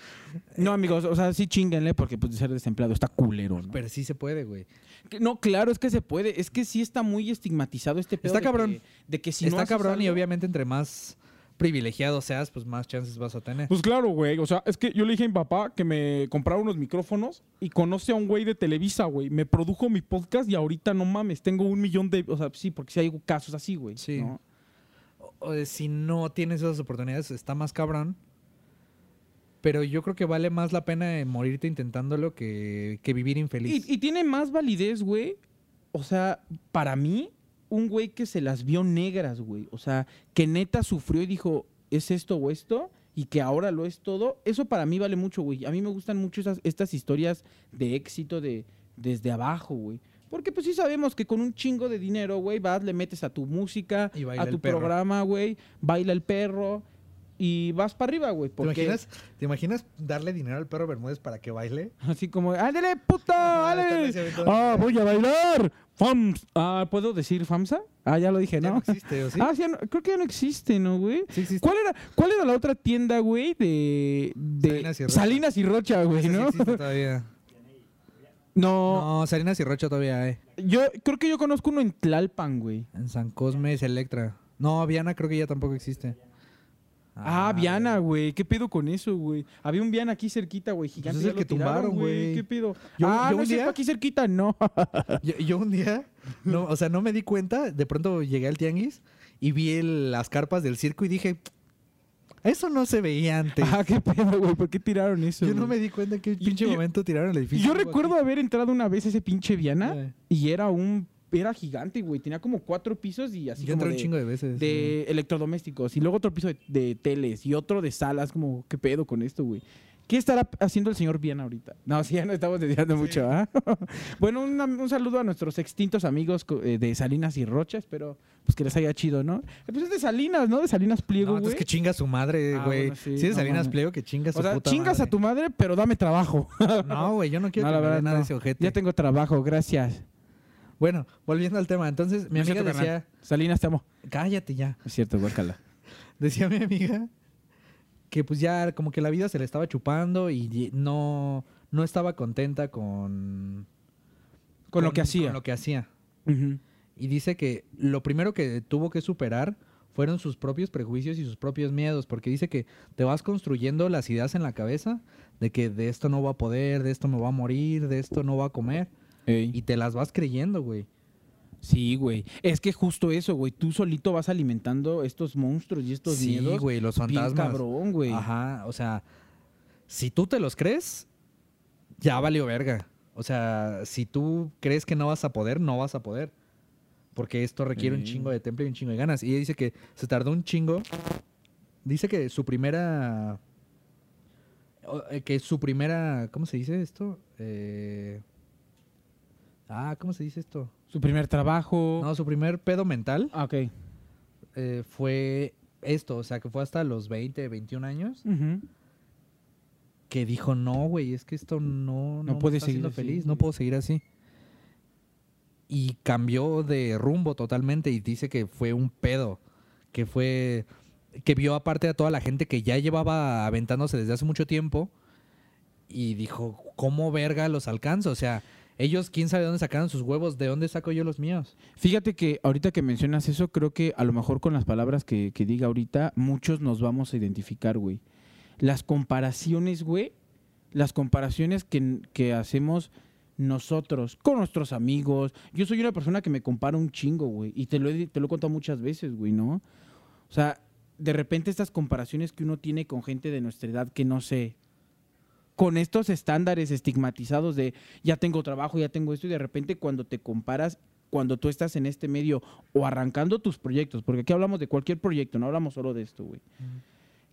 Speaker 1: No, amigos, o sea, sí chinguenle porque pues ser desempleado está culero, ¿no?
Speaker 2: Pero sí se puede, güey.
Speaker 1: Que- no, claro, es que se puede, es que sí está muy estigmatizado este pedo
Speaker 2: Está
Speaker 1: de
Speaker 2: cabrón.
Speaker 1: que, de que si no
Speaker 2: Está
Speaker 1: haces
Speaker 2: cabrón y
Speaker 1: algo-
Speaker 2: obviamente entre más privilegiado seas, pues más chances vas a tener.
Speaker 4: Pues claro, güey. O sea, es que yo le dije a mi papá que me comprara unos micrófonos y conoce a un güey de Televisa, güey. Me produjo mi podcast y ahorita no mames, tengo un millón de. O sea, sí, porque si hay casos así, güey.
Speaker 2: Sí.
Speaker 4: ¿no?
Speaker 2: o- o de si no tienes esas oportunidades, está más cabrón. Pero yo creo que vale más la pena eh, morirte intentándolo que, que vivir infeliz.
Speaker 1: Y, y tiene más validez, güey. O sea, para mí, un güey que se las vio negras, güey. O sea, que neta sufrió y dijo, es esto o esto y que ahora lo es todo, eso para mí vale mucho, güey. A mí me gustan mucho esas, estas historias de éxito de desde abajo, güey. Porque pues sí sabemos que con un chingo de dinero, güey, vas, le metes a tu música,
Speaker 2: Y baila
Speaker 1: a
Speaker 2: el
Speaker 1: tu
Speaker 2: perro.
Speaker 1: programa, güey, baila el perro y vas para arriba, güey.
Speaker 5: ¿Te
Speaker 1: Porque
Speaker 5: imaginas, ¿Te imaginas darle dinero al perro Bermúdez para que baile?
Speaker 1: así como, ándale, puto,
Speaker 5: está
Speaker 1: ándale.
Speaker 5: bien, está bien.
Speaker 4: ¡Ah, voy a bailar! ¡Fams!
Speaker 1: Ah, ¿puedo decir FAMSA? Ah, ya lo dije,
Speaker 5: Ya no
Speaker 1: ¿no?
Speaker 5: existe, ¿o sí?
Speaker 1: Ah, sí, ya no- creo que ya no existe, ¿no, güey?
Speaker 5: Sí existe.
Speaker 1: ¿Cuál era, ¿Cuál era la otra tienda, güey? De, de-
Speaker 5: Salinas y Rocha.
Speaker 1: Salinas y Rocha, güey,
Speaker 5: Ese sí
Speaker 1: ¿no?
Speaker 5: existe todavía.
Speaker 1: [LAUGHS] No,
Speaker 2: No, Salinas y Rocha todavía hay.
Speaker 1: yo creo que yo conozco uno en Tlalpan, güey.
Speaker 2: En San Cosme es Electra. No, Viana creo que ya tampoco existe.
Speaker 1: Ah, Viana, güey. ¿Qué pedo con eso, güey? Había un Viana aquí cerquita, güey. Gigante.
Speaker 2: Pues es
Speaker 1: ya
Speaker 2: el
Speaker 1: lo
Speaker 2: que
Speaker 1: tiraron,
Speaker 2: tumbaron, güey.
Speaker 1: ¿Qué pedo?
Speaker 2: Yo-
Speaker 1: ah, no
Speaker 2: yo un
Speaker 1: es cierto,
Speaker 2: día-
Speaker 1: aquí cerquita, no.
Speaker 2: Yo, yo un día, no, o sea, no me di cuenta, de pronto llegué al tianguis y vi el- las carpas del circo y dije, eso no se veía antes.
Speaker 1: [LAUGHS] ah, qué pedo, güey. ¿Por qué tiraron eso?
Speaker 2: yo no
Speaker 1: güey?
Speaker 2: me di cuenta que
Speaker 1: Yo-
Speaker 2: pinche
Speaker 1: yo-
Speaker 2: momento tiraron el
Speaker 1: Y
Speaker 2: edificio.
Speaker 1: Yo recuerdo haber entrado una vez a ese pinche Viana
Speaker 2: Eh,
Speaker 1: y era un. Era gigante, güey. Tenía como cuatro pisos y así
Speaker 2: Yo
Speaker 1: como
Speaker 2: entré un
Speaker 1: de-
Speaker 2: chingo de veces.
Speaker 1: de electrodomésticos y luego otro piso de, de teles y otro de salas, como, ¿qué pedo con esto, güey? ¿Qué estará haciendo el señor Viana ahorita? No, [LAUGHS] sí, ya no estamos deseando mucho, ¿ah? [LAUGHS] bueno, un, am- un saludo a nuestros extintos amigos co- eh, de Salinas y Rocha, espero pues, que les haya chido, ¿no? Eh, Pues es de Salinas, ¿no? De Salinas
Speaker 2: No,
Speaker 1: Pliego, güey.
Speaker 2: entonces que chinga su madre,
Speaker 1: Ah,
Speaker 2: güey.
Speaker 1: bueno, sí,
Speaker 2: si es
Speaker 1: no
Speaker 2: Salinas
Speaker 1: mames.
Speaker 2: Pliego, que chinga su
Speaker 1: o sea,
Speaker 2: puta
Speaker 1: chingas a tu madre, pero dame trabajo.
Speaker 2: madre. [LAUGHS] No, güey, yo no quiero
Speaker 1: No, la
Speaker 2: que me dé
Speaker 1: verdad,
Speaker 2: nada
Speaker 1: [LAUGHS] no.
Speaker 2: de ese ojete.
Speaker 1: ya tengo trabajo, gracias.
Speaker 2: Bueno, volviendo al tema. Entonces, mi
Speaker 1: No es
Speaker 2: amiga
Speaker 1: cierto, carnal.
Speaker 2: decía,
Speaker 1: Salinas, te amo.
Speaker 2: cállate ya.
Speaker 1: Es cierto, guácala.
Speaker 2: Decía mi amiga que pues ya como que la vida se le estaba chupando y ye- no, no estaba contenta con...
Speaker 1: Con, lo que hacía.
Speaker 2: Con lo que hacía.
Speaker 1: Ujú.
Speaker 2: Y dice que lo primero que tuvo que superar fueron sus propios prejuicios y sus propios miedos, porque dice que te vas construyendo las ideas en la cabeza de que de esto no va a poder, de esto me va a morir, de esto no va a comer,
Speaker 1: Ey.
Speaker 2: y te las vas creyendo, güey.
Speaker 1: Sí, güey. Es que justo eso, güey. Tú solito vas alimentando estos monstruos y estos
Speaker 2: Sí,
Speaker 1: miedos.
Speaker 2: güey, los
Speaker 1: bien
Speaker 2: fantasmas.
Speaker 1: cabrón, güey.
Speaker 2: Ajá, o sea, si tú te los crees, ya valió verga. O sea, si tú crees que no vas a poder, no vas a poder. Porque esto requiere un
Speaker 1: Sí.
Speaker 2: chingo de temple y un chingo de ganas. Y ella dice que se tardó un chingo. Dice que su primera... o- eh, Que su primera... ¿Cómo se dice esto? Eh, Ah, ¿cómo se dice esto?
Speaker 1: Su primer trabajo.
Speaker 2: No, su primer pedo mental
Speaker 1: Ah, ok.
Speaker 2: eh, fue esto. O sea, que fue hasta los 20, 21 años
Speaker 1: Ujú.
Speaker 2: que dijo, no, güey, es que esto no, no, me
Speaker 1: puede
Speaker 2: está
Speaker 1: seguir
Speaker 2: haciendo
Speaker 1: así,
Speaker 2: feliz, no
Speaker 1: güey".
Speaker 2: puedo seguir así. Y cambió de rumbo totalmente y dice que fue un pedo, que fue, que vio aparte a toda la gente que ya llevaba aventándose desde hace mucho tiempo y dijo, ¿cómo verga los alcanzo? O sea, ellos, ¿quién sabe de dónde sacaron sus huevos? ¿De dónde saco yo los míos?
Speaker 1: Fíjate que ahorita que mencionas eso, creo que a lo mejor con las palabras que, que diga ahorita, muchos nos vamos a identificar, güey. Las comparaciones, güey. Las comparaciones que, que hacemos nosotros con nuestros amigos. Yo soy una persona que me compara un chingo, güey. Y te lo he, te lo he contado muchas veces, güey, ¿no? O sea, de repente estas comparaciones que uno tiene con gente de nuestra edad que no sé, con estos estándares estigmatizados de ya tengo trabajo, ya tengo esto, y de repente cuando te comparas, cuando tú estás en este medio o arrancando tus proyectos, porque aquí hablamos de cualquier proyecto, no hablamos solo de esto, güey.
Speaker 2: Mm,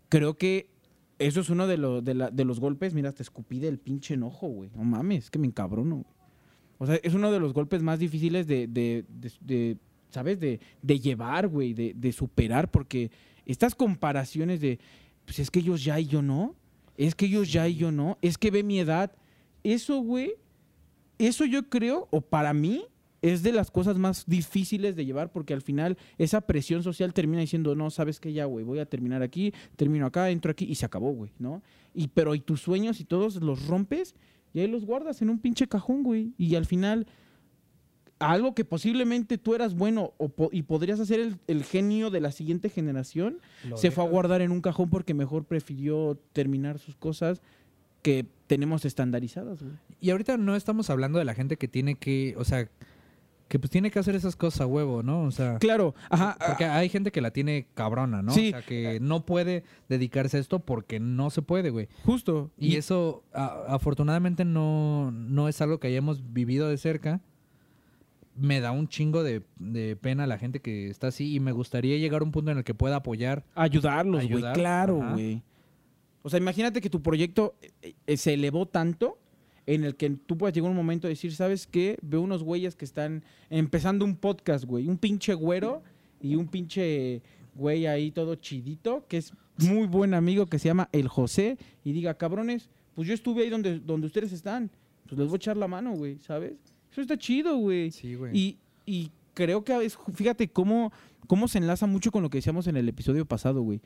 Speaker 1: Creo que eso es uno de, lo- de la- de los golpes, mira, te escupí del pinche enojo, güey. No mames, que me encabrono, güey. O sea, es uno de los golpes más difíciles de, de- de- de, ¿sabes? De, de llevar, güey, de, de superar, porque estas comparaciones de, pues es que ellos ya y yo no, es que ellos ya y yo no, es que ve mi edad, eso, güey, eso yo creo, o para mí, es de las cosas más difíciles de llevar, porque al final esa presión social termina diciendo, no, sabes que ya, güey, voy a terminar aquí, termino acá, entro aquí y se acabó, güey, ¿no? Y, pero, y tus sueños y todos los rompes y ahí los guardas en un pinche cajón, güey, y al final algo que posiblemente tú eras bueno o po- y podrías hacer el, el genio de la siguiente generación, se fue a guardar en un cajón porque mejor prefirió terminar sus cosas que tenemos estandarizadas, güey.
Speaker 2: Y ahorita no estamos hablando de la gente que tiene que, o sea, que pues tiene que hacer esas cosas a huevo, ¿no? O sea...
Speaker 1: Claro, ajá.
Speaker 2: Porque hay gente que la tiene cabrona, ¿no?
Speaker 1: Sí.
Speaker 2: O sea, que no puede dedicarse a esto porque no se puede, güey.
Speaker 1: ah, Justo.
Speaker 2: Y eso, a- afortunadamente, no, no es algo que hayamos vivido de cerca. me da un chingo de, de pena la gente que está así y me gustaría llegar a un punto en el que pueda apoyar.
Speaker 1: Ayudarlos, güey.
Speaker 2: Ayudar,
Speaker 1: Claro,
Speaker 2: ajá.
Speaker 1: güey. O sea, imagínate que tu proyecto eh, eh, se elevó tanto en el que tú puedas llegar a un momento de decir, ¿sabes qué? Veo unos güeyes que están empezando un podcast, güey. Un pinche güero y un pinche güey ahí todo chidito, que es muy buen amigo, que se llama El José, y diga, cabrones, pues yo estuve ahí donde, donde ustedes están. Pues les voy a echar la mano, güey, ¿sabes? Eso está chido, güey.
Speaker 2: Sí, güey.
Speaker 1: Y, y creo que a veces, fíjate cómo, cómo se enlaza mucho con lo que decíamos en el episodio pasado, güey.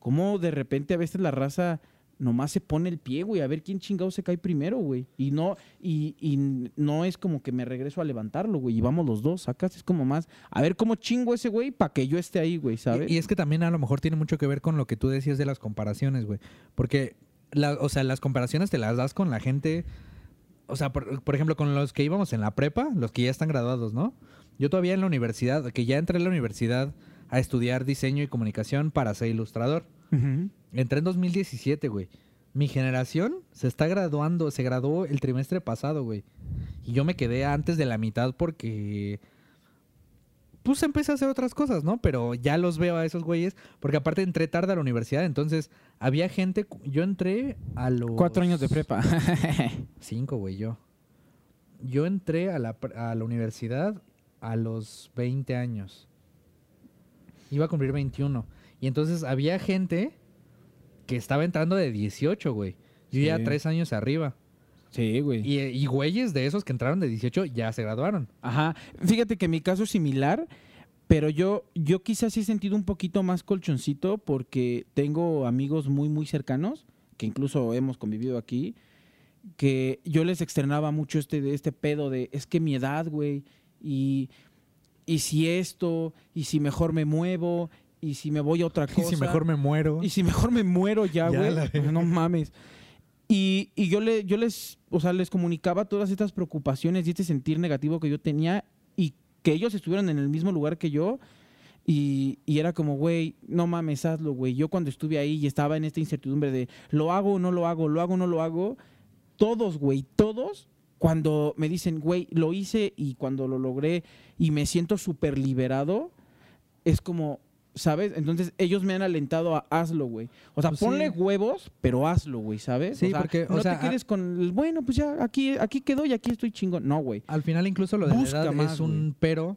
Speaker 1: Cómo de repente a veces la raza nomás se pone el pie, güey, a ver quién chingado se cae primero, güey. Y no, y, y no es como que me regreso a levantarlo, güey, y vamos los dos, sacas, es como más, a ver cómo chingo ese güey para que yo esté ahí, güey, ¿sabes?
Speaker 2: Y, y es que también a lo mejor tiene mucho que ver con lo que tú decías de las comparaciones, güey. Porque, la- o sea, las comparaciones te las das con la gente. O sea, por, por ejemplo, con los que íbamos en la prepa, los que ya están graduados, ¿no? Yo todavía en la universidad, que ya entré a la universidad a estudiar diseño y comunicación para ser ilustrador.
Speaker 1: Ujú.
Speaker 2: Entré en 2017, güey. Mi generación se está graduando, se graduó el trimestre pasado, güey. Y yo me quedé antes de la mitad porque... Pues empecé a hacer otras cosas, ¿no? Pero ya los veo a esos güeyes. Porque aparte entré tarde a la universidad, entonces había gente... cu- Yo entré a los...
Speaker 1: Cuatro años de
Speaker 2: [LAUGHS]
Speaker 1: prepa.
Speaker 2: Cinco, güey, yo. Yo entré a la, pr- a la universidad a los 20 años. Iba a cumplir 21. Y entonces había gente que estaba entrando de 18, güey. Yo ya
Speaker 1: Sí.
Speaker 2: tres años arriba.
Speaker 1: sí, güey.
Speaker 2: Y, y güeyes de esos que entraron de 18 ya se graduaron.
Speaker 1: Ajá. Fíjate que mi caso es similar, pero yo, yo quizás sí he sentido un poquito más colchoncito porque tengo amigos muy, muy cercanos, que incluso hemos convivido aquí, que yo les externaba mucho este, este pedo de, es que mi edad, güey, y, y si esto, y si mejor me muevo, [LAUGHS] [LAUGHS] y si me voy a otra cosa.
Speaker 2: me muero.
Speaker 1: Y si mejor me muero ya,
Speaker 2: Ya
Speaker 1: güey. pues,
Speaker 2: la
Speaker 1: No mames. Y, y yo, le, yo les, o sea, les comunicaba todas estas preocupaciones y este sentir negativo que yo tenía y que ellos estuvieran en el mismo lugar que yo. Y, y era como, güey, no mames, hazlo, güey. Yo cuando estuve ahí y estaba en esta incertidumbre de, ¿lo hago o no lo hago? ¿Lo hago o no lo hago? Todos, güey, todos, cuando me dicen, güey, lo hice y cuando lo logré y me siento súper liberado, es como, ¿sabes? Entonces ellos me han alentado a hazlo, güey. O sea,
Speaker 2: Pues
Speaker 1: ponle
Speaker 2: sí.
Speaker 1: huevos, pero hazlo, güey, ¿sabes?
Speaker 2: Sí,
Speaker 1: o sea,
Speaker 2: porque, o
Speaker 1: no
Speaker 2: sea, ah
Speaker 1: te
Speaker 2: a-
Speaker 1: quedes con el, bueno, pues ya aquí, aquí quedó y aquí estoy chingón. No, güey.
Speaker 2: Al final incluso lo de la
Speaker 1: Busca
Speaker 2: edad
Speaker 1: más,
Speaker 2: es un
Speaker 1: güey.
Speaker 2: pero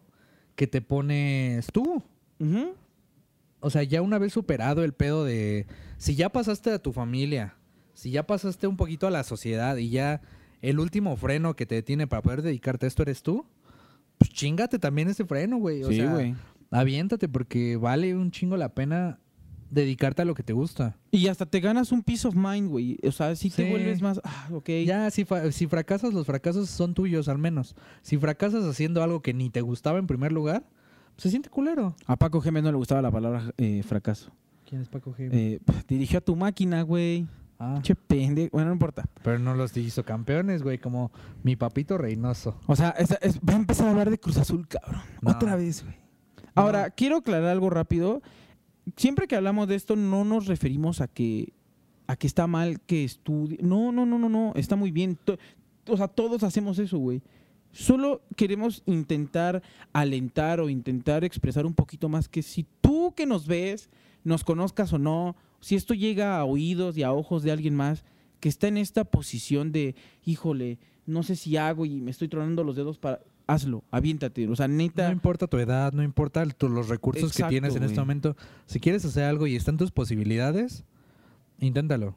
Speaker 2: que te pones tú.
Speaker 1: Ujú.
Speaker 2: O sea, ya una vez superado el pedo de. Si ya pasaste a tu familia, si ya pasaste un poquito a la sociedad y ya el último freno que te detiene para poder dedicarte a esto eres tú, pues chingate también ese freno, güey. O
Speaker 1: Sí,
Speaker 2: sea,
Speaker 1: güey.
Speaker 2: aviéntate porque vale un chingo la pena dedicarte a lo que te gusta.
Speaker 1: Y hasta te ganas un peace of mind, güey. O sea, si te
Speaker 2: Sí.
Speaker 1: vuelves más, ah, ok.
Speaker 2: Ya, si, fa- si fracasas, los fracasos son tuyos al menos. Si fracasas haciendo algo que ni te gustaba en primer lugar, pues se siente culero.
Speaker 1: A Paco Gémez no le gustaba la palabra eh, fracaso.
Speaker 2: ¿Quién es Paco
Speaker 1: Eh, [LAUGHS] dirigió a tu máquina, güey.
Speaker 2: ah,
Speaker 1: Che pende. Bueno, no importa.
Speaker 2: pero no los hizo campeones, güey, como mi papito Reynoso.
Speaker 1: O sea, es- es- va a empezar a hablar de Cruz Azul, cabrón.
Speaker 2: No.
Speaker 1: Otra vez, güey. Ahora, quiero aclarar algo rápido. Siempre que hablamos de esto, no nos referimos a que, a que está mal que estudie. No, no, no, no, no. Está muy bien. To- O sea, todos hacemos eso, güey. Solo queremos intentar alentar o intentar expresar un poquito más que si tú que nos ves, nos conozcas o no, si esto llega a oídos y a ojos de alguien más que está en esta posición de, híjole, no sé si hago y me estoy tronando los dedos para... Hazlo, aviéntate. O sea, neta...
Speaker 2: No importa tu edad, no importa el- tu- los recursos
Speaker 1: Exacto,
Speaker 2: que tienes en este
Speaker 1: güey.
Speaker 2: momento. Si quieres hacer algo y están tus posibilidades, inténtalo.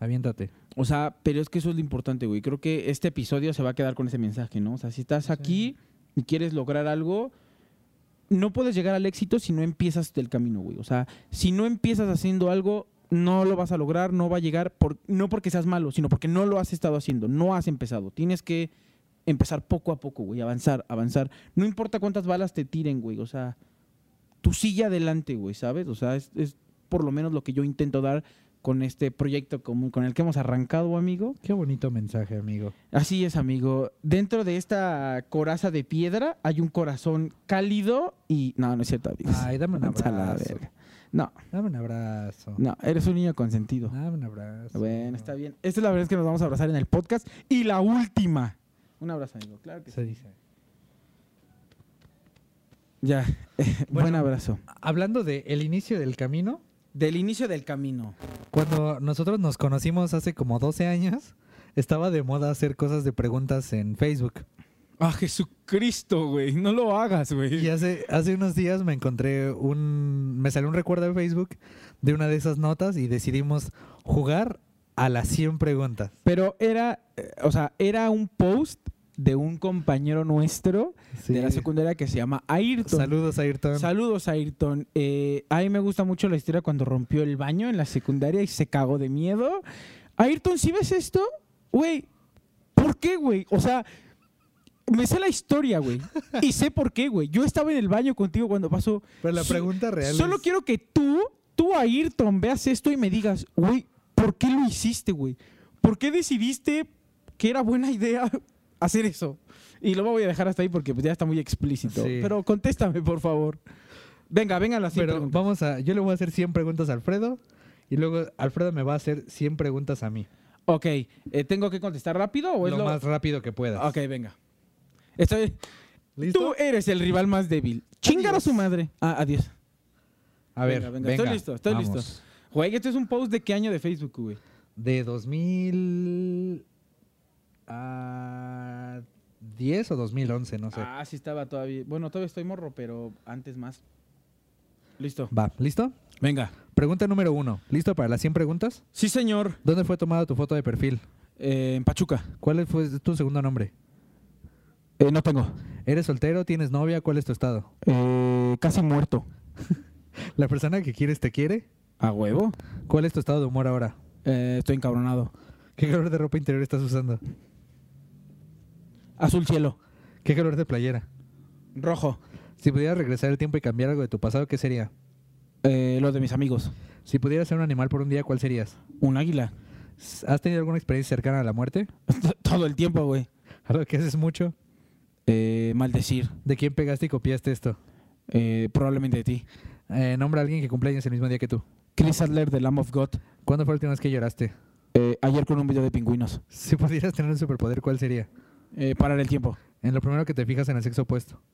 Speaker 2: Aviéntate.
Speaker 1: O sea, pero es que eso es lo importante, güey. Creo que este episodio se va a quedar con ese mensaje, ¿no? O sea, si estás aquí y quieres lograr algo, no puedes llegar al éxito si no empiezas del camino, güey. O sea, si no empiezas haciendo algo, no lo vas a lograr, no va a llegar, por- no porque seas malo, sino porque no lo has estado haciendo, no has empezado. Tienes que empezar poco a poco, güey, avanzar, avanzar. No importa cuántas balas te tiren, güey. O sea, tú sigue adelante, güey, ¿sabes? O sea, es, es por lo menos lo que yo intento dar con este proyecto común con el que hemos arrancado, amigo.
Speaker 2: Qué bonito mensaje, amigo.
Speaker 1: Así es, amigo. Dentro de esta coraza de piedra hay un corazón cálido y... No, no es cierto, amigos.
Speaker 2: Ay, dame
Speaker 1: [LAUGHS]
Speaker 2: un
Speaker 1: Vete a la
Speaker 2: abrazo.
Speaker 1: verga. No,
Speaker 2: Dame un abrazo.
Speaker 1: no, eres un niño consentido.
Speaker 2: Dame un abrazo.
Speaker 1: Bueno, está bien. Esta es la verdad que nos vamos a abrazar en el podcast. Y la última. Un abrazo, amigo. Claro que sí.
Speaker 2: Se dice.
Speaker 1: Ya. [LAUGHS] Buen
Speaker 2: Bueno.
Speaker 1: abrazo.
Speaker 2: Hablando de el inicio del camino,
Speaker 1: Del inicio del camino.
Speaker 2: cuando nosotros nos conocimos hace como 12 años, estaba de moda hacer cosas de preguntas en Facebook.
Speaker 4: Ah, Jesucristo, güey. No lo hagas,
Speaker 2: Y
Speaker 4: güey.
Speaker 2: hace, hace unos días me encontré un... Me salió un recuerdo de Facebook de una de esas notas y decidimos jugar a las 100 preguntas.
Speaker 1: Pero era, eh, o sea, era un post de un compañero nuestro
Speaker 2: Sí.
Speaker 1: de la secundaria que se llama Ayrton.
Speaker 2: Saludos, Ayrton.
Speaker 1: Saludos, Ayrton. Eh, a mí me gusta mucho la historia cuando rompió el baño en la secundaria y se cagó de miedo. Ayrton, si ves esto, güey, ¿por qué, güey? O sea, me sé la historia, güey. Y sé por qué, güey. Yo estaba en el baño contigo cuando pasó.
Speaker 5: Pero la
Speaker 1: Sí,
Speaker 5: pregunta real
Speaker 1: Solo
Speaker 5: es-
Speaker 1: quiero que tú, tú, Ayrton, veas esto y me digas, güey, ¿por qué lo hiciste, güey? ¿Por qué decidiste que era buena idea [LAUGHS] hacer eso? Y lo voy a dejar hasta ahí porque pues, ya está muy explícito.
Speaker 2: Sí.
Speaker 1: Pero contéstame, por favor. Venga, venga la
Speaker 2: Pero
Speaker 1: siguiente.
Speaker 2: vamos a... Yo le voy a hacer 100 preguntas a Alfredo y luego Alfredo me va a hacer 100 preguntas a mí.
Speaker 1: Ok, eh, ¿tengo que contestar rápido o Oh, es
Speaker 2: lo,
Speaker 1: lo,
Speaker 2: más rápido que puedas.
Speaker 1: Ok, venga. Estoy...
Speaker 2: ¿Listo?
Speaker 1: Tú eres el rival más débil. Chingar a su madre. Ah, adiós.
Speaker 2: A ver,
Speaker 1: Venga, venga, estoy listo, estoy
Speaker 2: vamos.
Speaker 1: listo. Güey, esto es un post de qué año de Facebook, güey.
Speaker 2: De 2000 a 10 o 2011, no sé.
Speaker 1: Ah, sí estaba todavía. Bueno, todavía estoy morro, pero antes más. Listo.
Speaker 2: Va, ¿listo?
Speaker 1: Venga.
Speaker 2: Pregunta número uno. ¿Listo para las 100 preguntas?
Speaker 1: Sí, señor.
Speaker 2: ¿Dónde fue tomada tu foto de perfil?
Speaker 1: Eh, en Pachuca.
Speaker 2: ¿Cuál fue tu segundo nombre?
Speaker 1: Eh, no tengo.
Speaker 2: ¿Eres soltero? ¿Tienes novia? ¿Cuál es tu estado?
Speaker 1: Eh, casi muerto.
Speaker 2: ¿La persona que quieres te quiere?
Speaker 1: ¿A huevo?
Speaker 2: ¿Cuál es tu estado de humor ahora?
Speaker 1: Eh, estoy encabronado.
Speaker 2: ¿Qué color de ropa interior estás usando?
Speaker 1: Azul cielo.
Speaker 2: ¿Qué color de playera?
Speaker 1: Rojo.
Speaker 2: Si pudieras regresar el tiempo y cambiar algo de tu pasado, ¿qué sería?
Speaker 1: Eh, los de mis amigos.
Speaker 2: Si pudieras ser un animal por un día, ¿cuál serías?
Speaker 1: Un águila. [LAUGHS]
Speaker 2: ¿Has tenido alguna experiencia cercana a la muerte?
Speaker 1: Todo el tiempo, güey.
Speaker 2: ¿Algo que haces mucho?
Speaker 1: Eh, maldecir.
Speaker 2: ¿De quién pegaste y copiaste esto?
Speaker 1: Eh, probablemente de ti.
Speaker 2: Eh, nombra a alguien que cumple años el mismo día que tú.
Speaker 1: Chris Adler de Lamb of God.
Speaker 2: ¿Cuándo fue la última vez que lloraste?
Speaker 1: Eh, ayer con un video de pingüinos.
Speaker 2: Si pudieras tener un superpoder, ¿cuál sería?
Speaker 1: Eh, parar el tiempo.
Speaker 2: En lo primero que te fijas en el sexo opuesto. [LAUGHS]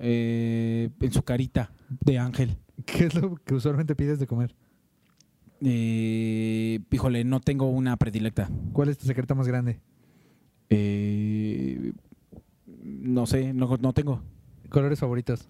Speaker 1: Eh, en su carita de ángel.
Speaker 2: ¿Qué es lo que usualmente pides de comer?
Speaker 1: Eh, híjole, no tengo una predilecta.
Speaker 2: ¿Cuál es tu secreto más grande?
Speaker 1: Eh, no sé, no, no tengo.
Speaker 2: ¿Colores favoritos?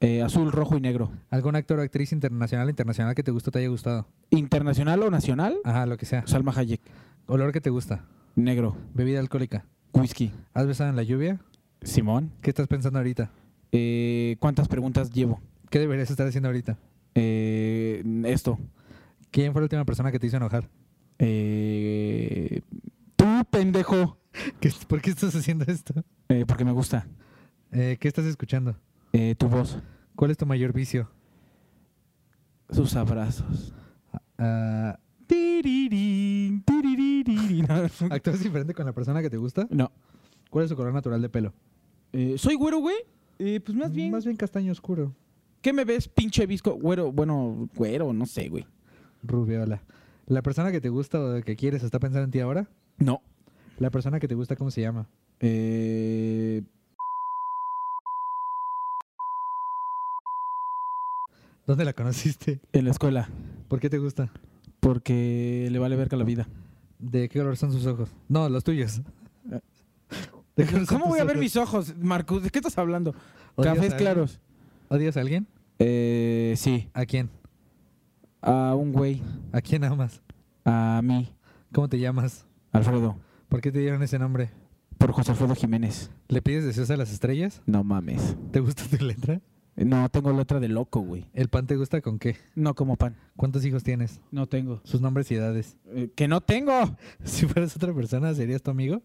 Speaker 1: Eh, azul, rojo y negro.
Speaker 2: ¿Algún actor o actriz internacional internacional que te guste o te haya gustado?
Speaker 1: ¿Internacional o nacional?
Speaker 2: Ajá, lo que sea.
Speaker 1: Salma Hayek.
Speaker 2: ¿Olor que te gusta?
Speaker 1: Negro.
Speaker 2: ¿Bebida alcohólica?
Speaker 1: Whisky.
Speaker 2: ¿Has besado en la lluvia?
Speaker 1: Simón.
Speaker 2: ¿Qué estás pensando ahorita?
Speaker 1: Eh, ¿Cuántas preguntas llevo?
Speaker 2: ¿Qué deberías estar haciendo ahorita?
Speaker 1: Eh, esto.
Speaker 2: ¿Quién fue la última persona que te hizo enojar? [LAUGHS]
Speaker 1: Eh, Tú, pendejo.
Speaker 2: ¿Qué- ¿Por qué estás haciendo esto?
Speaker 1: Eh, porque me gusta.
Speaker 2: Eh, ¿Qué estás escuchando?
Speaker 1: Eh, tu voz.
Speaker 2: ¿Cuál es tu mayor vicio?
Speaker 1: Sus abrazos.
Speaker 2: Ah,
Speaker 1: Tiririrín, tiririrín.
Speaker 2: ¿Actúas diferente con la persona que te gusta?
Speaker 1: [LAUGHS] No.
Speaker 2: ¿Cuál es su color natural de pelo?
Speaker 1: Eh, ¿Soy güero, güey? Eh, pues más bien.
Speaker 2: Más bien castaño oscuro.
Speaker 1: ¿Qué me ves, pinche visco? Güero, bueno, güero, no sé, güey.
Speaker 2: Rubiola. ¿La persona que te gusta o que quieres está pensando en ti ahora?
Speaker 1: No.
Speaker 2: ¿La persona que te gusta cómo se llama?
Speaker 1: Eh,
Speaker 2: ¿Dónde la conociste?
Speaker 1: en la escuela.
Speaker 2: ¿Por qué te gusta?
Speaker 1: Porque le vale verga la vida.
Speaker 2: ¿De qué color son sus ojos? No, los tuyos. ¿De qué color son
Speaker 1: ¿Cómo voy
Speaker 2: tus
Speaker 1: a ver
Speaker 2: ojos?
Speaker 1: mis ojos, Marcus? ¿De qué estás hablando?
Speaker 2: ¿Odias a
Speaker 1: Cafés
Speaker 2: alguien?
Speaker 1: claros.
Speaker 2: ¿Odias a alguien?
Speaker 1: Eh, sí.
Speaker 2: ¿A quién?
Speaker 1: A un güey.
Speaker 2: ¿A quién amas?
Speaker 1: A mí.
Speaker 2: ¿Cómo te llamas?
Speaker 1: Alfredo.
Speaker 2: ¿Por qué te dieron ese nombre?
Speaker 1: Por José Alfredo Jiménez.
Speaker 2: ¿Le pides deseos a las estrellas?
Speaker 1: No mames.
Speaker 2: ¿Te gusta tu letra?
Speaker 1: No, tengo letra de loco, güey.
Speaker 2: ¿El pan te gusta con qué?
Speaker 1: No como pan.
Speaker 2: ¿Cuántos hijos tienes?
Speaker 1: No tengo.
Speaker 2: Sus nombres y edades. [LAUGHS]
Speaker 1: Eh, que no tengo.
Speaker 2: Si fueras otra persona, ¿serías tu amigo?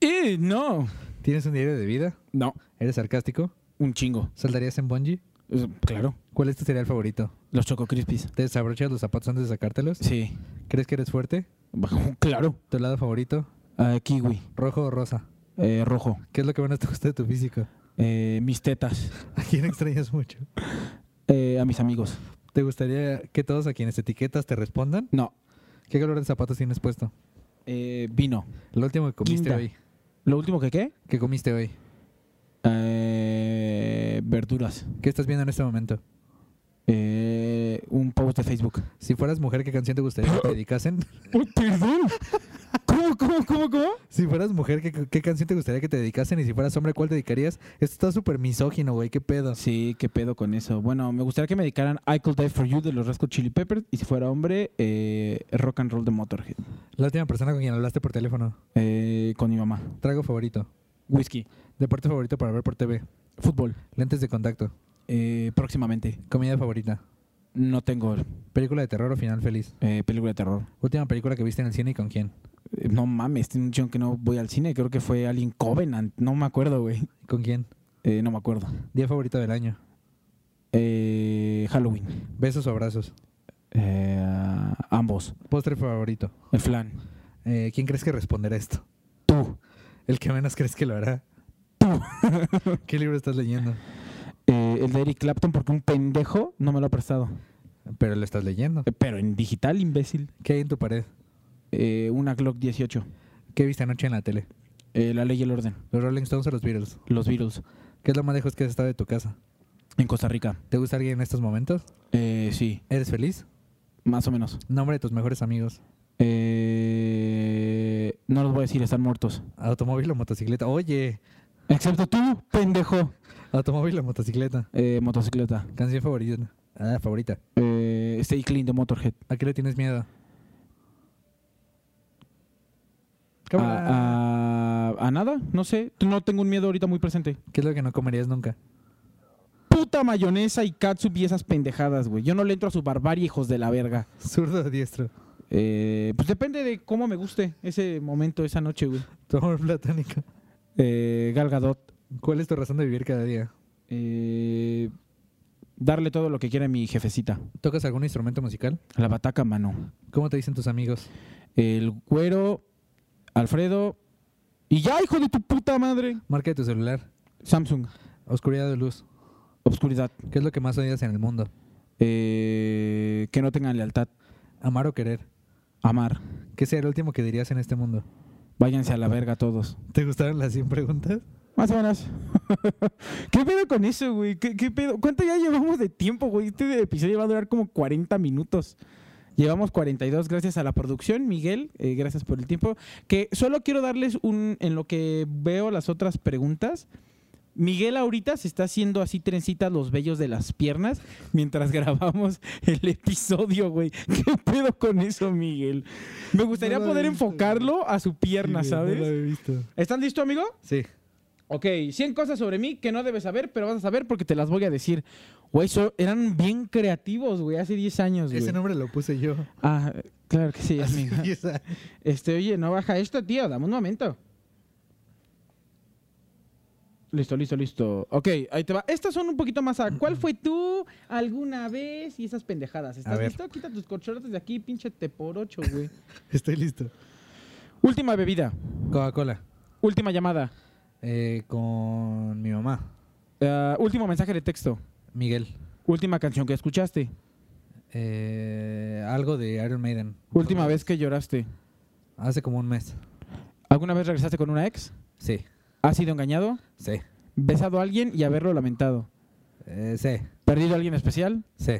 Speaker 1: Eh, no.
Speaker 2: ¿Tienes un diario de vida?
Speaker 1: No.
Speaker 2: ¿Eres sarcástico?
Speaker 1: Un chingo.
Speaker 2: ¿Saldarías en bungee?
Speaker 1: Eh, Claro.
Speaker 2: ¿Cuál es tu cereal favorito?
Speaker 1: Los Choco Crispies.
Speaker 2: ¿Te desabrochas los zapatos antes de sacártelos?
Speaker 1: Sí.
Speaker 2: ¿Crees que eres fuerte?
Speaker 1: Claro.
Speaker 2: ¿Tu helado favorito?
Speaker 1: Ah, kiwi.
Speaker 2: ¿Rojo o rosa?
Speaker 1: Eh, rojo.
Speaker 2: ¿Qué es lo que menos te gusta de tu físico? [LAUGHS]
Speaker 1: Eh, mis tetas.
Speaker 2: ¿A quién extrañas mucho?
Speaker 1: Eh, a mis amigos.
Speaker 2: ¿Te gustaría que todos a quienes etiquetas te respondan?
Speaker 1: No.
Speaker 2: ¿Qué color de zapatos tienes puesto?
Speaker 1: Eh, vino.
Speaker 2: Lo último que comiste
Speaker 1: Guinda.
Speaker 2: hoy.
Speaker 1: ¿Lo último que qué?
Speaker 2: ¿Qué comiste hoy?
Speaker 1: Eh, verduras.
Speaker 2: ¿Qué estás viendo en este momento?
Speaker 1: Eh, un post de Facebook.
Speaker 2: Si fueras mujer, ¿qué canción te gustaría que te dedicasen? [LAUGHS]
Speaker 4: Uy, ¿Oh, perdón. ¿Cómo, cómo, cómo, cómo?
Speaker 2: Si fueras mujer, ¿qué, qué canción te gustaría que te dedicasen? Y si fueras hombre, ¿cuál te dedicarías? Esto está súper misógino, güey. ¿Qué pedo?
Speaker 1: Sí, qué pedo con eso. Bueno, me gustaría que me dedicaran I Could Die For You de los Rascal Chili Peppers y si fuera hombre, eh, Rock and Roll de Motorhead.
Speaker 2: La última persona con quien hablaste por teléfono.
Speaker 1: Eh, con mi mamá.
Speaker 2: Trago favorito.
Speaker 1: Whisky.
Speaker 2: Deporte favorito para ver por TV.
Speaker 1: Fútbol.
Speaker 2: Lentes de contacto.
Speaker 1: Eh, próximamente.
Speaker 2: Comida favorita.
Speaker 1: No tengo
Speaker 2: Película de terror o final feliz.
Speaker 1: eh, película de terror.
Speaker 2: Última película que viste en el cine y con quién.
Speaker 1: Eh, No mames, tiene un chon que no voy al cine. Creo que fue Alien Covenant. No me acuerdo, güey.
Speaker 2: ¿Con quién?
Speaker 1: Eh, no me acuerdo.
Speaker 2: Día favorito del año.
Speaker 1: Eh, Halloween.
Speaker 2: Besos o abrazos.
Speaker 1: Eh, ambos.
Speaker 2: Postre favorito.
Speaker 1: El flan.
Speaker 2: Eh, ¿Quién crees que responderá esto?
Speaker 1: Tú.
Speaker 2: El que menos crees que lo hará. [LAUGHS] ¿Qué libro estás leyendo?
Speaker 1: Eh, el de Eric Clapton porque un pendejo no me lo ha prestado.
Speaker 2: Pero lo estás leyendo.
Speaker 1: Eh, pero en digital, imbécil.
Speaker 2: ¿Qué hay en tu pared?
Speaker 1: Eh, una Glock 18.
Speaker 2: ¿Qué viste anoche en la tele?
Speaker 1: Eh, la ley y el orden.
Speaker 2: ¿Los Rolling Stones o los Beatles?
Speaker 1: Los Beatles.
Speaker 2: ¿Qué es lo más lejos que has estado de tu casa?
Speaker 1: En Costa Rica.
Speaker 2: ¿Te gusta alguien en estos momentos?
Speaker 1: Eh, sí,
Speaker 2: ¿Eres feliz?
Speaker 1: más o menos.
Speaker 2: Nombre de tus mejores amigos.
Speaker 1: Eh, no los voy a decir, están muertos.
Speaker 2: ¿Automóvil o motocicleta? Oye,
Speaker 1: Excepto tú, pendejo.
Speaker 2: automóvil o motocicleta.
Speaker 1: Eh, motocicleta.
Speaker 2: Canción favorita. Ah, favorita.
Speaker 1: Eh, Stay Clean de Motorhead.
Speaker 2: ¿A qué le tienes miedo? Ah, Cámara.
Speaker 1: Ah, A, a- a nada, no sé. No tengo un miedo ahorita muy presente.
Speaker 2: ¿Qué es lo que no comerías nunca?
Speaker 1: Puta mayonesa y catsup y esas pendejadas, güey. Yo no le entro a su barbarie, hijos de la verga.
Speaker 2: Zurdo o diestro.
Speaker 1: Eh, pues depende de cómo me guste ese momento, esa noche, güey.
Speaker 2: Tu amor platónico.
Speaker 1: Eh, Gal Gadot.
Speaker 2: ¿Cuál es tu razón de vivir cada día?
Speaker 1: Eh, darle todo lo que quiera a mi jefecita.
Speaker 2: ¿Tocas algún instrumento musical?
Speaker 1: La bataca, mano.
Speaker 2: ¿Cómo te dicen tus amigos?
Speaker 1: El güero, Alfredo. Y ya, hijo de tu puta madre.
Speaker 2: Marca de tu celular.
Speaker 1: Samsung,
Speaker 2: Oscuridad o luz.
Speaker 1: obscuridad.
Speaker 2: ¿Qué es lo que más odias en el mundo?
Speaker 1: Eh, que no tengan lealtad.
Speaker 2: Amar o querer.
Speaker 1: Amar.
Speaker 2: ¿Qué sería el último que dirías en este mundo?
Speaker 1: Váyanse a la verga todos.
Speaker 2: ¿Te gustaron las 100 preguntas?
Speaker 1: Más o menos. [LAUGHS] ¿Qué pedo con eso, güey? ¿Qué, qué pedo? ¿Cuánto ya llevamos de tiempo, güey? Este episodio va a durar como 40 minutos. Llevamos 42 gracias a la producción, Miguel. eh, gracias por el tiempo. Que solo quiero darles un... En lo que veo las otras preguntas. Miguel ahorita se está haciendo así trencitas los vellos de las piernas mientras [LAUGHS] grabamos el episodio, güey. ¿Qué pedo con eso, Miguel? Me gustaría
Speaker 2: lo he
Speaker 1: poder
Speaker 2: visto, güey.
Speaker 1: enfocarlo a su pierna, ¿sabes? ¿Están listo, amigo?
Speaker 2: Sí.
Speaker 1: Ok, 100 cosas sobre mí que no debes saber, pero vas a saber porque te las voy a decir. Güey, so- eran bien creativos, güey, hace 10 años, güey.
Speaker 2: Ese nombre lo puse yo.
Speaker 1: Ah, claro que
Speaker 2: [LAUGHS]
Speaker 1: sí, amiga.
Speaker 2: Y esa-
Speaker 1: Este, oye, no baja esto, tío, dame un momento. Listo, listo, listo. Ok, ahí te va. Estas son un poquito más a ¿cuál fue tú alguna vez? Y esas pendejadas. ¿Estás
Speaker 2: ver.
Speaker 1: listo? Quita tus corcholatas de aquí, pinche te por ocho, güey.
Speaker 2: Estoy listo.
Speaker 1: Última bebida.
Speaker 2: Coca-Cola.
Speaker 1: Última llamada.
Speaker 2: Eh, con mi mamá.
Speaker 1: Ah, último mensaje de texto.
Speaker 2: Miguel.
Speaker 1: Última canción que escuchaste.
Speaker 2: Eh, algo de Iron Maiden.
Speaker 1: Última vez que lloraste.
Speaker 2: Hace como un mes.
Speaker 1: ¿Alguna vez regresaste con una ex?
Speaker 2: Sí.
Speaker 1: ¿Has sido engañado?
Speaker 2: Sí.
Speaker 1: ¿Besado a alguien y haberlo lamentado?
Speaker 2: Eh, sí.
Speaker 1: ¿Perdido a alguien especial?
Speaker 2: Sí.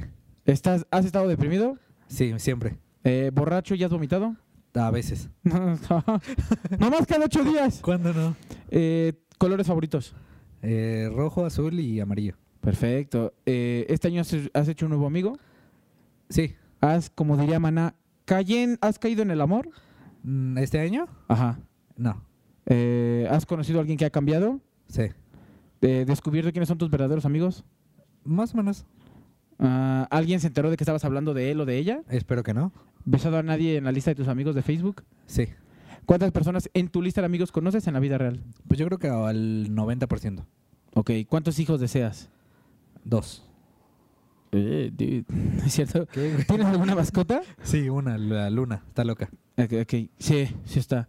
Speaker 1: ¿Estás, ¿Has estado deprimido?
Speaker 2: Sí, siempre.
Speaker 1: Eh, ¿Borracho y has vomitado? [LAUGHS]
Speaker 2: A veces.
Speaker 1: no más cada ocho días.
Speaker 2: ¿Cuándo no?
Speaker 1: Eh, ¿Colores favoritos?
Speaker 2: Eh, rojo, azul y amarillo.
Speaker 1: Perfecto. Eh, ¿Este año has, has hecho un nuevo amigo?
Speaker 2: Sí.
Speaker 1: ¿Has, como diría Maná, cayen, ¿has caído en el amor?
Speaker 2: Mm, ¿Este año?
Speaker 1: Ajá.
Speaker 2: No.
Speaker 1: Eh, ¿Has conocido a alguien que ha cambiado?
Speaker 2: Sí.
Speaker 1: Eh, ¿Descubierto quiénes son tus verdaderos amigos?
Speaker 2: Más o menos.
Speaker 1: Ah, ¿Alguien se enteró de que estabas hablando de él o de ella?
Speaker 2: Espero que no.
Speaker 1: ¿Besado a nadie en la lista de tus amigos de Facebook?
Speaker 2: Sí.
Speaker 1: ¿Cuántas personas en tu lista de amigos conoces en la vida real?
Speaker 2: Pues yo creo que al 90%.
Speaker 1: Ok, ¿cuántos hijos deseas? Eh,
Speaker 2: Dos.
Speaker 1: [LAUGHS] ¿Es cierto?
Speaker 2: ¿Qué?
Speaker 1: ¿Tienes alguna mascota?
Speaker 2: Sí, una, la luna. Está loca.
Speaker 1: Ok, ok, sí, sí está.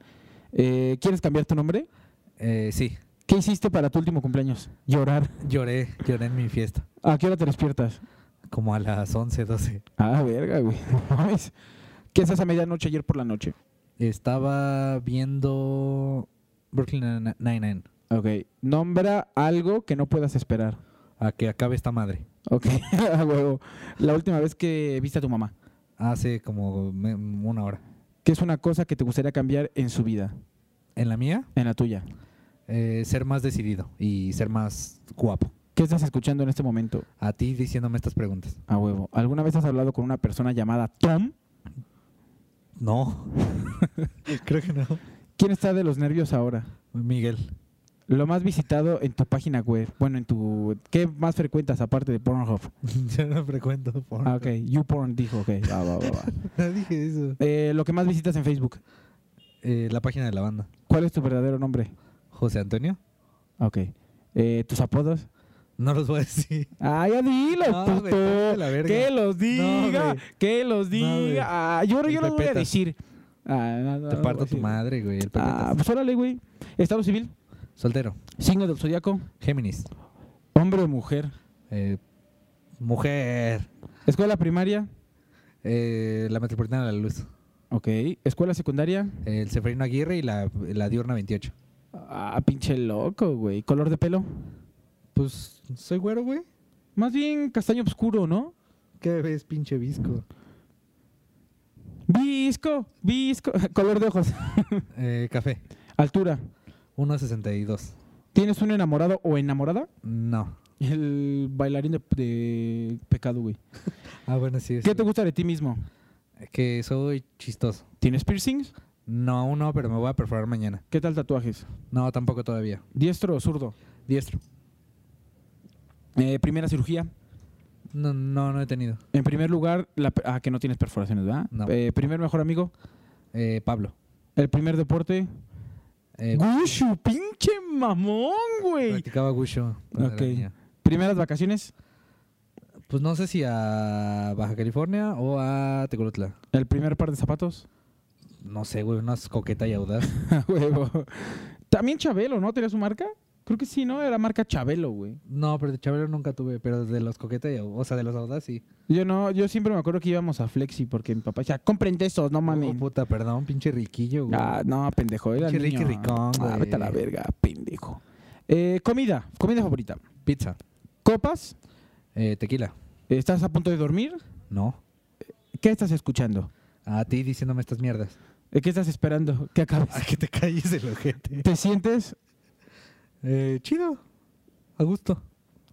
Speaker 1: Eh, ¿Quieres cambiar tu nombre?
Speaker 2: Eh, sí.
Speaker 1: ¿Qué hiciste para tu último cumpleaños? Llorar.
Speaker 2: Lloré. Lloré en mi fiesta.
Speaker 1: ¿A qué hora te despiertas?
Speaker 2: Como a las 11, 12.
Speaker 1: Ah, verga, güey. [LAUGHS] no mames. ¿Qué haces a medianoche ayer por la noche?
Speaker 2: Estaba viendo Brooklyn Nine-Nine.
Speaker 1: Ok, nombra algo que no puedas esperar.
Speaker 2: a que acabe esta madre.
Speaker 1: Ok, [LAUGHS] a huevo. La última vez que viste a tu mamá,
Speaker 2: Hace como me- una hora.
Speaker 1: ¿qué es una cosa que te gustaría cambiar en su vida,
Speaker 2: En la mía,
Speaker 1: en la tuya?
Speaker 2: eh, ser más decidido y ser más guapo.
Speaker 1: ¿Qué estás escuchando en este momento?
Speaker 2: A ti diciéndome estas preguntas.
Speaker 1: A huevo. ¿Alguna vez has hablado con una persona llamada Tom?
Speaker 2: No. [LAUGHS] Creo que no.
Speaker 1: ¿Quién está de los nervios ahora?
Speaker 2: Miguel. [LAUGHS]
Speaker 1: Lo más visitado en tu página web. Bueno, en tu. ¿Qué más frecuentas aparte de Pornhub?
Speaker 2: Yo no frecuento porno.
Speaker 1: Ah, ok. YouPorn dijo, ok. Va, va, va, va.
Speaker 2: [LAUGHS] No dije eso.
Speaker 1: [LAUGHS] Eh, lo que más visitas en Facebook.
Speaker 2: Eh, la página de la banda.
Speaker 1: ¿Cuál es tu verdadero nombre?
Speaker 2: José Antonio.
Speaker 1: Ok. Eh, ¿Tus apodos?
Speaker 2: No los voy a decir.
Speaker 1: Ah, ya dilo,
Speaker 2: No, güey,
Speaker 1: puto.
Speaker 2: ponte la verga.
Speaker 1: que los diga.
Speaker 2: güey.
Speaker 1: que los
Speaker 2: No, güey.
Speaker 1: diga. ah, yo yo
Speaker 2: El
Speaker 1: lo voy a
Speaker 2: Pepetas.
Speaker 1: decir. Ah, no, no,
Speaker 2: Te
Speaker 1: no voy
Speaker 2: parto
Speaker 1: a
Speaker 2: tu
Speaker 1: decir.
Speaker 2: madre, güey. El
Speaker 1: Ah,
Speaker 2: Pepetas.
Speaker 1: pues órale, güey. Estado civil.
Speaker 2: Soltero.
Speaker 1: Signo del zodiaco.
Speaker 2: Géminis.
Speaker 1: Hombre o mujer.
Speaker 2: Eh, mujer.
Speaker 1: Escuela primaria.
Speaker 2: Eh, la Metropolitana de la Luz.
Speaker 1: Ok. Escuela secundaria.
Speaker 2: El Seferino Aguirre y la, la Diurna 28.
Speaker 1: Ah, pinche loco, güey. ¿Color de pelo?
Speaker 2: Pues, soy güero, güey.
Speaker 1: Más bien castaño oscuro, ¿no?
Speaker 5: ¿Qué ves, pinche visco?
Speaker 1: Visco, visco. [LAUGHS] Color de ojos.
Speaker 2: Eh, café.
Speaker 1: Altura.
Speaker 2: 1.62.
Speaker 1: ¿Tienes un enamorado o enamorada?
Speaker 2: No.
Speaker 1: El bailarín de, de pecado, güey.
Speaker 2: Ah, bueno, sí.
Speaker 1: ¿Qué te gusta de ti mismo?
Speaker 2: gusta? Que soy chistoso.
Speaker 1: ¿Tienes piercings?
Speaker 2: No, aún no, pero me voy a perforar mañana.
Speaker 1: ¿Qué tal tatuajes?
Speaker 2: No, tampoco todavía.
Speaker 1: ¿Diestro o zurdo?
Speaker 2: Diestro.
Speaker 1: Eh, primera cirugía.
Speaker 2: No, no, no he tenido.
Speaker 1: En primer lugar, la, pe- ah, que no tienes perforaciones, ¿verdad?
Speaker 2: No.
Speaker 1: Eh, primer mejor amigo.
Speaker 2: Eh, Pablo.
Speaker 1: El primer deporte.
Speaker 2: Eh,
Speaker 1: Gushu, pinche mamón, güey.
Speaker 2: practicaba Gusho. cuando era
Speaker 1: Ok.
Speaker 2: niño.
Speaker 1: Primeras vacaciones.
Speaker 2: Pues no sé si a Baja California o a Tecolutla.
Speaker 1: El primer par de zapatos.
Speaker 2: No sé, güey, unas coqueta y audaz.
Speaker 1: [LAUGHS] A huevo. También Chabelo, ¿no? ¿Tenía su marca? Creo que sí, ¿no? Era marca Chabelo, güey.
Speaker 2: No, pero de Chabelo nunca tuve, pero de los coqueta y audaz, o sea, de los audaz sí.
Speaker 1: Yo no, yo siempre me acuerdo que íbamos a Flexi porque mi papá decía, compren de esos, no
Speaker 2: Oh,
Speaker 1: mames.
Speaker 2: puta, perdón, pinche riquillo, güey.
Speaker 1: ah, no, pendejo, era
Speaker 2: Pinche
Speaker 1: niño.
Speaker 2: Ricky Ricón,
Speaker 1: Ah,
Speaker 2: güey.
Speaker 1: vete a la verga, pendejo. Eh, comida, comida favorita.
Speaker 2: Pizza.
Speaker 1: Copas,
Speaker 2: Eh, tequila.
Speaker 1: estás a punto de dormir.
Speaker 2: No.
Speaker 1: ¿Qué estás escuchando?
Speaker 2: A ti diciéndome estas [LAUGHS] mierdas.
Speaker 1: Eh, ¿Qué estás esperando? ¿Qué acabes?
Speaker 2: A que te calles el ojete.
Speaker 1: ¿Te sientes?
Speaker 2: Eh, chido. A gusto.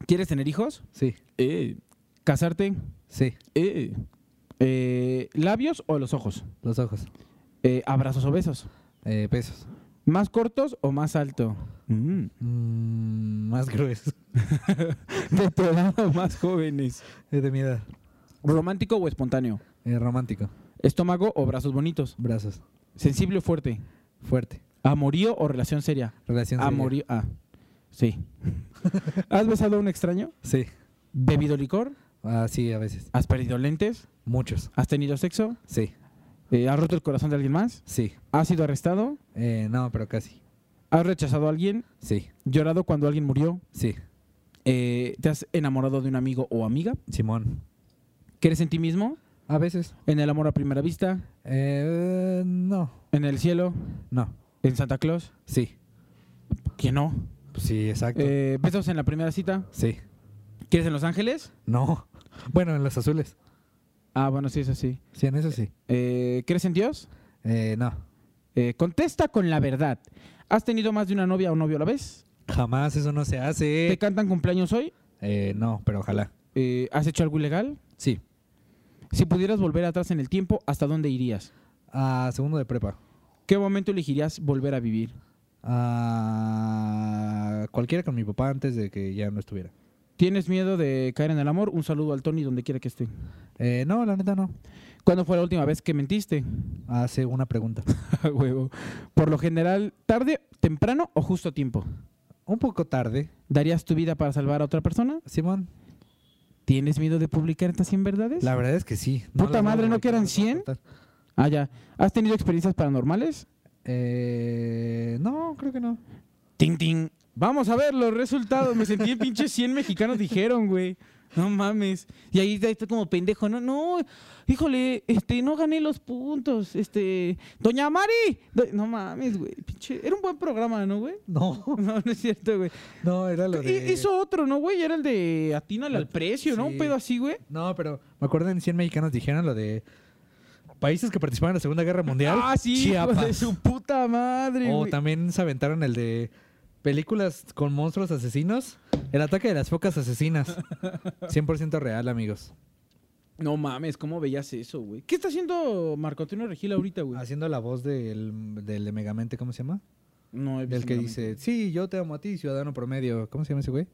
Speaker 1: ¿Quieres tener hijos?
Speaker 2: Sí,
Speaker 1: Eh. ¿Casarte?
Speaker 2: sí.
Speaker 1: Eh. Eh, ¿Labios o los ojos?
Speaker 2: Los ojos.
Speaker 1: Eh, ¿Abrazos o besos?
Speaker 2: Eh, pesos.
Speaker 1: ¿Más cortos o más alto? Mm. [LAUGHS]
Speaker 2: Mm, más [LAUGHS] gruesos.
Speaker 1: De tu edad o más jóvenes.
Speaker 2: Es eh, de mi edad.
Speaker 1: ¿Romántico o espontáneo?
Speaker 2: Eh, romántico.
Speaker 1: ¿Estómago o brazos bonitos?
Speaker 2: Brazos.
Speaker 1: ¿Sensible o fuerte?
Speaker 2: Fuerte.
Speaker 1: ¿Amorío o relación seria?
Speaker 2: Relación seria.
Speaker 1: Amorío. Ah, sí. [LAUGHS] ¿Has besado a un extraño?
Speaker 2: Sí.
Speaker 1: ¿Bebido licor?
Speaker 2: Ah, sí, a veces.
Speaker 1: ¿Has perdido lentes?
Speaker 2: Muchos.
Speaker 1: ¿Has tenido sexo?
Speaker 2: Sí.
Speaker 1: Eh, ¿Has roto el corazón de alguien más?
Speaker 2: Sí.
Speaker 1: ¿Has sido arrestado?
Speaker 2: Eh, no, pero casi.
Speaker 1: ¿Has rechazado a alguien?
Speaker 2: Sí.
Speaker 1: ¿Llorado cuando alguien murió?
Speaker 2: Sí.
Speaker 1: Eh, ¿Te has enamorado de un amigo o amiga?
Speaker 2: Simón.
Speaker 1: ¿Crees en ti mismo?
Speaker 2: A veces.
Speaker 1: ¿En el amor a primera vista?
Speaker 2: Eh, no.
Speaker 1: ¿En el cielo?
Speaker 2: No.
Speaker 1: ¿En Santa Claus?
Speaker 2: Sí. pues
Speaker 1: Que no.
Speaker 2: Sí, exacto.
Speaker 1: Eh, ¿Besos en la primera cita?
Speaker 2: Sí.
Speaker 1: ¿Quieres en Los Ángeles?
Speaker 2: No. Bueno, en los azules.
Speaker 1: Ah, bueno, sí, eso sí.
Speaker 2: Sí, en eso sí.
Speaker 1: Eh, ¿Crees en Dios?
Speaker 2: Eh, no.
Speaker 1: Eh, contesta con la verdad. ¿Has tenido más de una novia o novio a la vez?
Speaker 2: Jamás eso no se
Speaker 1: ¿Te
Speaker 2: hace.
Speaker 1: cantan cumpleaños hoy?
Speaker 2: Eh, no, pero ojalá.
Speaker 1: Eh, ¿Has hecho algo ilegal?
Speaker 2: Sí.
Speaker 1: Si pudieras volver atrás en el tiempo, ¿hasta dónde irías?
Speaker 2: A segundo de prepa.
Speaker 1: ¿Qué momento elegirías volver a vivir?
Speaker 2: A cualquiera con mi papá antes de que ya no estuviera.
Speaker 1: ¿Tienes miedo de caer en el amor? Un saludo al Tony donde quiera que esté.
Speaker 2: Eh, no, la neta no.
Speaker 1: ¿Cuándo fue la última vez que mentiste?
Speaker 2: Hace una pregunta.
Speaker 1: [LAUGHS] A huevo. Por lo general, tarde, temprano o justo a tiempo.
Speaker 2: Un poco tarde,
Speaker 1: ¿Darías tu vida para salvar a otra persona?
Speaker 2: Simón.
Speaker 1: ¿Tienes miedo de publicar estas sinverdades?
Speaker 2: La verdad es que sí.
Speaker 1: Puta
Speaker 2: las voy a
Speaker 1: madre, ¿no
Speaker 2: publicar,
Speaker 1: quedan
Speaker 2: las voy a
Speaker 1: 100?
Speaker 2: contar.
Speaker 1: Ah, ya. ¿Has tenido experiencias paranormales?
Speaker 2: Eh, no, [LAUGHS] creo que no.
Speaker 1: Ting, ting.
Speaker 4: Vamos a ver los resultados. Me sentí en pinche 100 mexicanos dijeron, güey. No mames.
Speaker 1: Y ahí está como pendejo, no, no, híjole, este, no gané los puntos, este, Doña Mari, do- no mames, güey, pinche, era un buen programa, ¿no, güey? [LAUGHS]
Speaker 2: No,
Speaker 1: No, no es cierto, güey.
Speaker 2: no, era lo de...
Speaker 1: Hi- Hizo otro, ¿no, güey? Era el de atínale al precio, ¿no?
Speaker 2: Sí.
Speaker 1: Un pedo así, güey.
Speaker 2: No, pero me acuerdo en 100 mexicanos dijeron lo de países que participaron en la Segunda Guerra Mundial.
Speaker 1: Ah, sí, hijo de
Speaker 2: Chiapas.
Speaker 1: su puta madre,
Speaker 2: O
Speaker 1: güey.
Speaker 2: también se aventaron el de películas con monstruos asesinos. El ataque de las focas
Speaker 1: [LAUGHS]
Speaker 2: asesinas. 100% real, amigos.
Speaker 1: No mames, ¿cómo veías eso, güey? ¿Qué está haciendo Marco Antonio Regil ahorita, güey?
Speaker 2: Haciendo la voz del, del de Megamente, ¿cómo se llama?
Speaker 1: No he
Speaker 2: Del que
Speaker 1: Megamente.
Speaker 2: dice, sí, yo te amo a ti, ciudadano promedio. ¿Cómo se llama ese güey?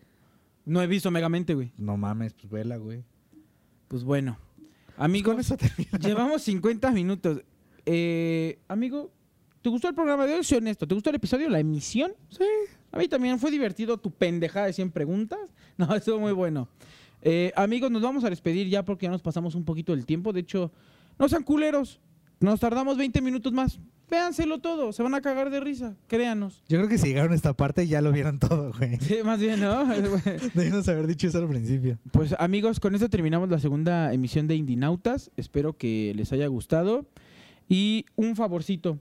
Speaker 1: No he visto Megamente, güey.
Speaker 2: No mames, pues vela, güey.
Speaker 1: Pues bueno. Amigos, llevamos 50 minutos. Eh, amigo, ¿te gustó el programa de hoy? Soy honesto. ¿Te gustó el episodio, la emisión? Sí. A mí también fue divertido tu pendejada de 100 preguntas. [LAUGHS] No, estuvo muy bueno. Eh, amigos, nos vamos a despedir ya porque ya nos pasamos un poquito del tiempo. De hecho, no sean culeros. Nos tardamos 20 minutos más. Véanselo todo. Se van a cagar de risa. Créanos. [LAUGHS]
Speaker 2: Yo creo que si llegaron a esta parte ya lo vieron todo, güey.
Speaker 1: Sí, más bien, ¿no? [LAUGHS]
Speaker 2: Debimos haber dicho eso al principio.
Speaker 1: Pues amigos, con esto terminamos la segunda emisión de Indinautas. Espero que les haya gustado. Y un favorcito.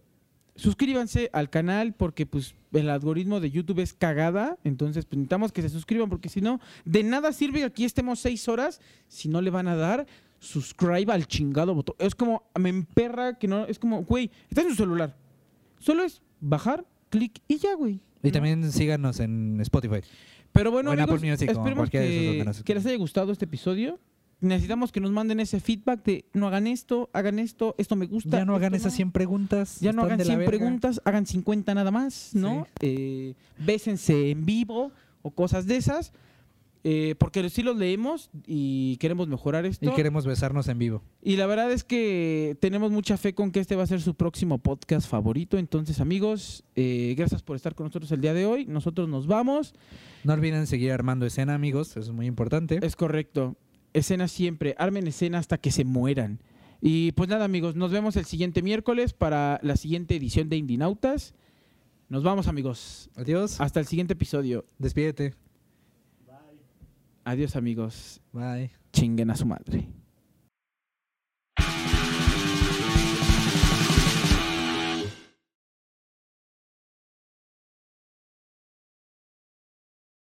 Speaker 1: Suscríbanse al canal porque pues el algoritmo de YouTube es cagada. Entonces pues, necesitamos que se suscriban porque si no, de nada sirve que aquí estemos seis horas si no le van a dar subscribe al chingado botón. Es como, me emperra que no, es como, güey, está en su celular. Solo es bajar, clic y ya, güey.
Speaker 2: Y
Speaker 1: No.
Speaker 2: también síganos en Spotify.
Speaker 1: Pero bueno,
Speaker 2: O en
Speaker 1: amigos,
Speaker 2: Apple Music, como
Speaker 1: esperemos
Speaker 2: cualquiera de esos
Speaker 1: que,
Speaker 2: donde nos
Speaker 1: que les haya gustado este episodio. Necesitamos que nos manden ese feedback de no hagan esto, hagan esto, esto me gusta.
Speaker 2: Ya no hagan
Speaker 1: esto
Speaker 2: esas 100 preguntas.
Speaker 1: Ya no
Speaker 2: están
Speaker 1: hagan
Speaker 2: de la
Speaker 1: 100
Speaker 2: verga.
Speaker 1: preguntas, hagan 50 nada más, ¿no? Eh, bésense en vivo o cosas de esas. eh, porque sí los leemos y queremos mejorar esto.
Speaker 2: Y queremos besarnos en vivo.
Speaker 1: Y la verdad es que tenemos mucha fe con que este va a ser su próximo podcast favorito. Entonces, amigos, eh, gracias por estar con nosotros el día de hoy. Nosotros nos vamos.
Speaker 2: No olviden seguir armando escena, amigos. Eso es muy importante.
Speaker 1: Es correcto. Escena siempre. Armen escena hasta que se mueran. Y pues nada, amigos, nos vemos el siguiente miércoles para la siguiente edición de Indinautas. Nos vamos, amigos.
Speaker 2: Adiós.
Speaker 1: Hasta el siguiente episodio.
Speaker 2: Despídete.
Speaker 1: Adiós, amigos.
Speaker 2: Bye.
Speaker 1: Chinguen a su madre.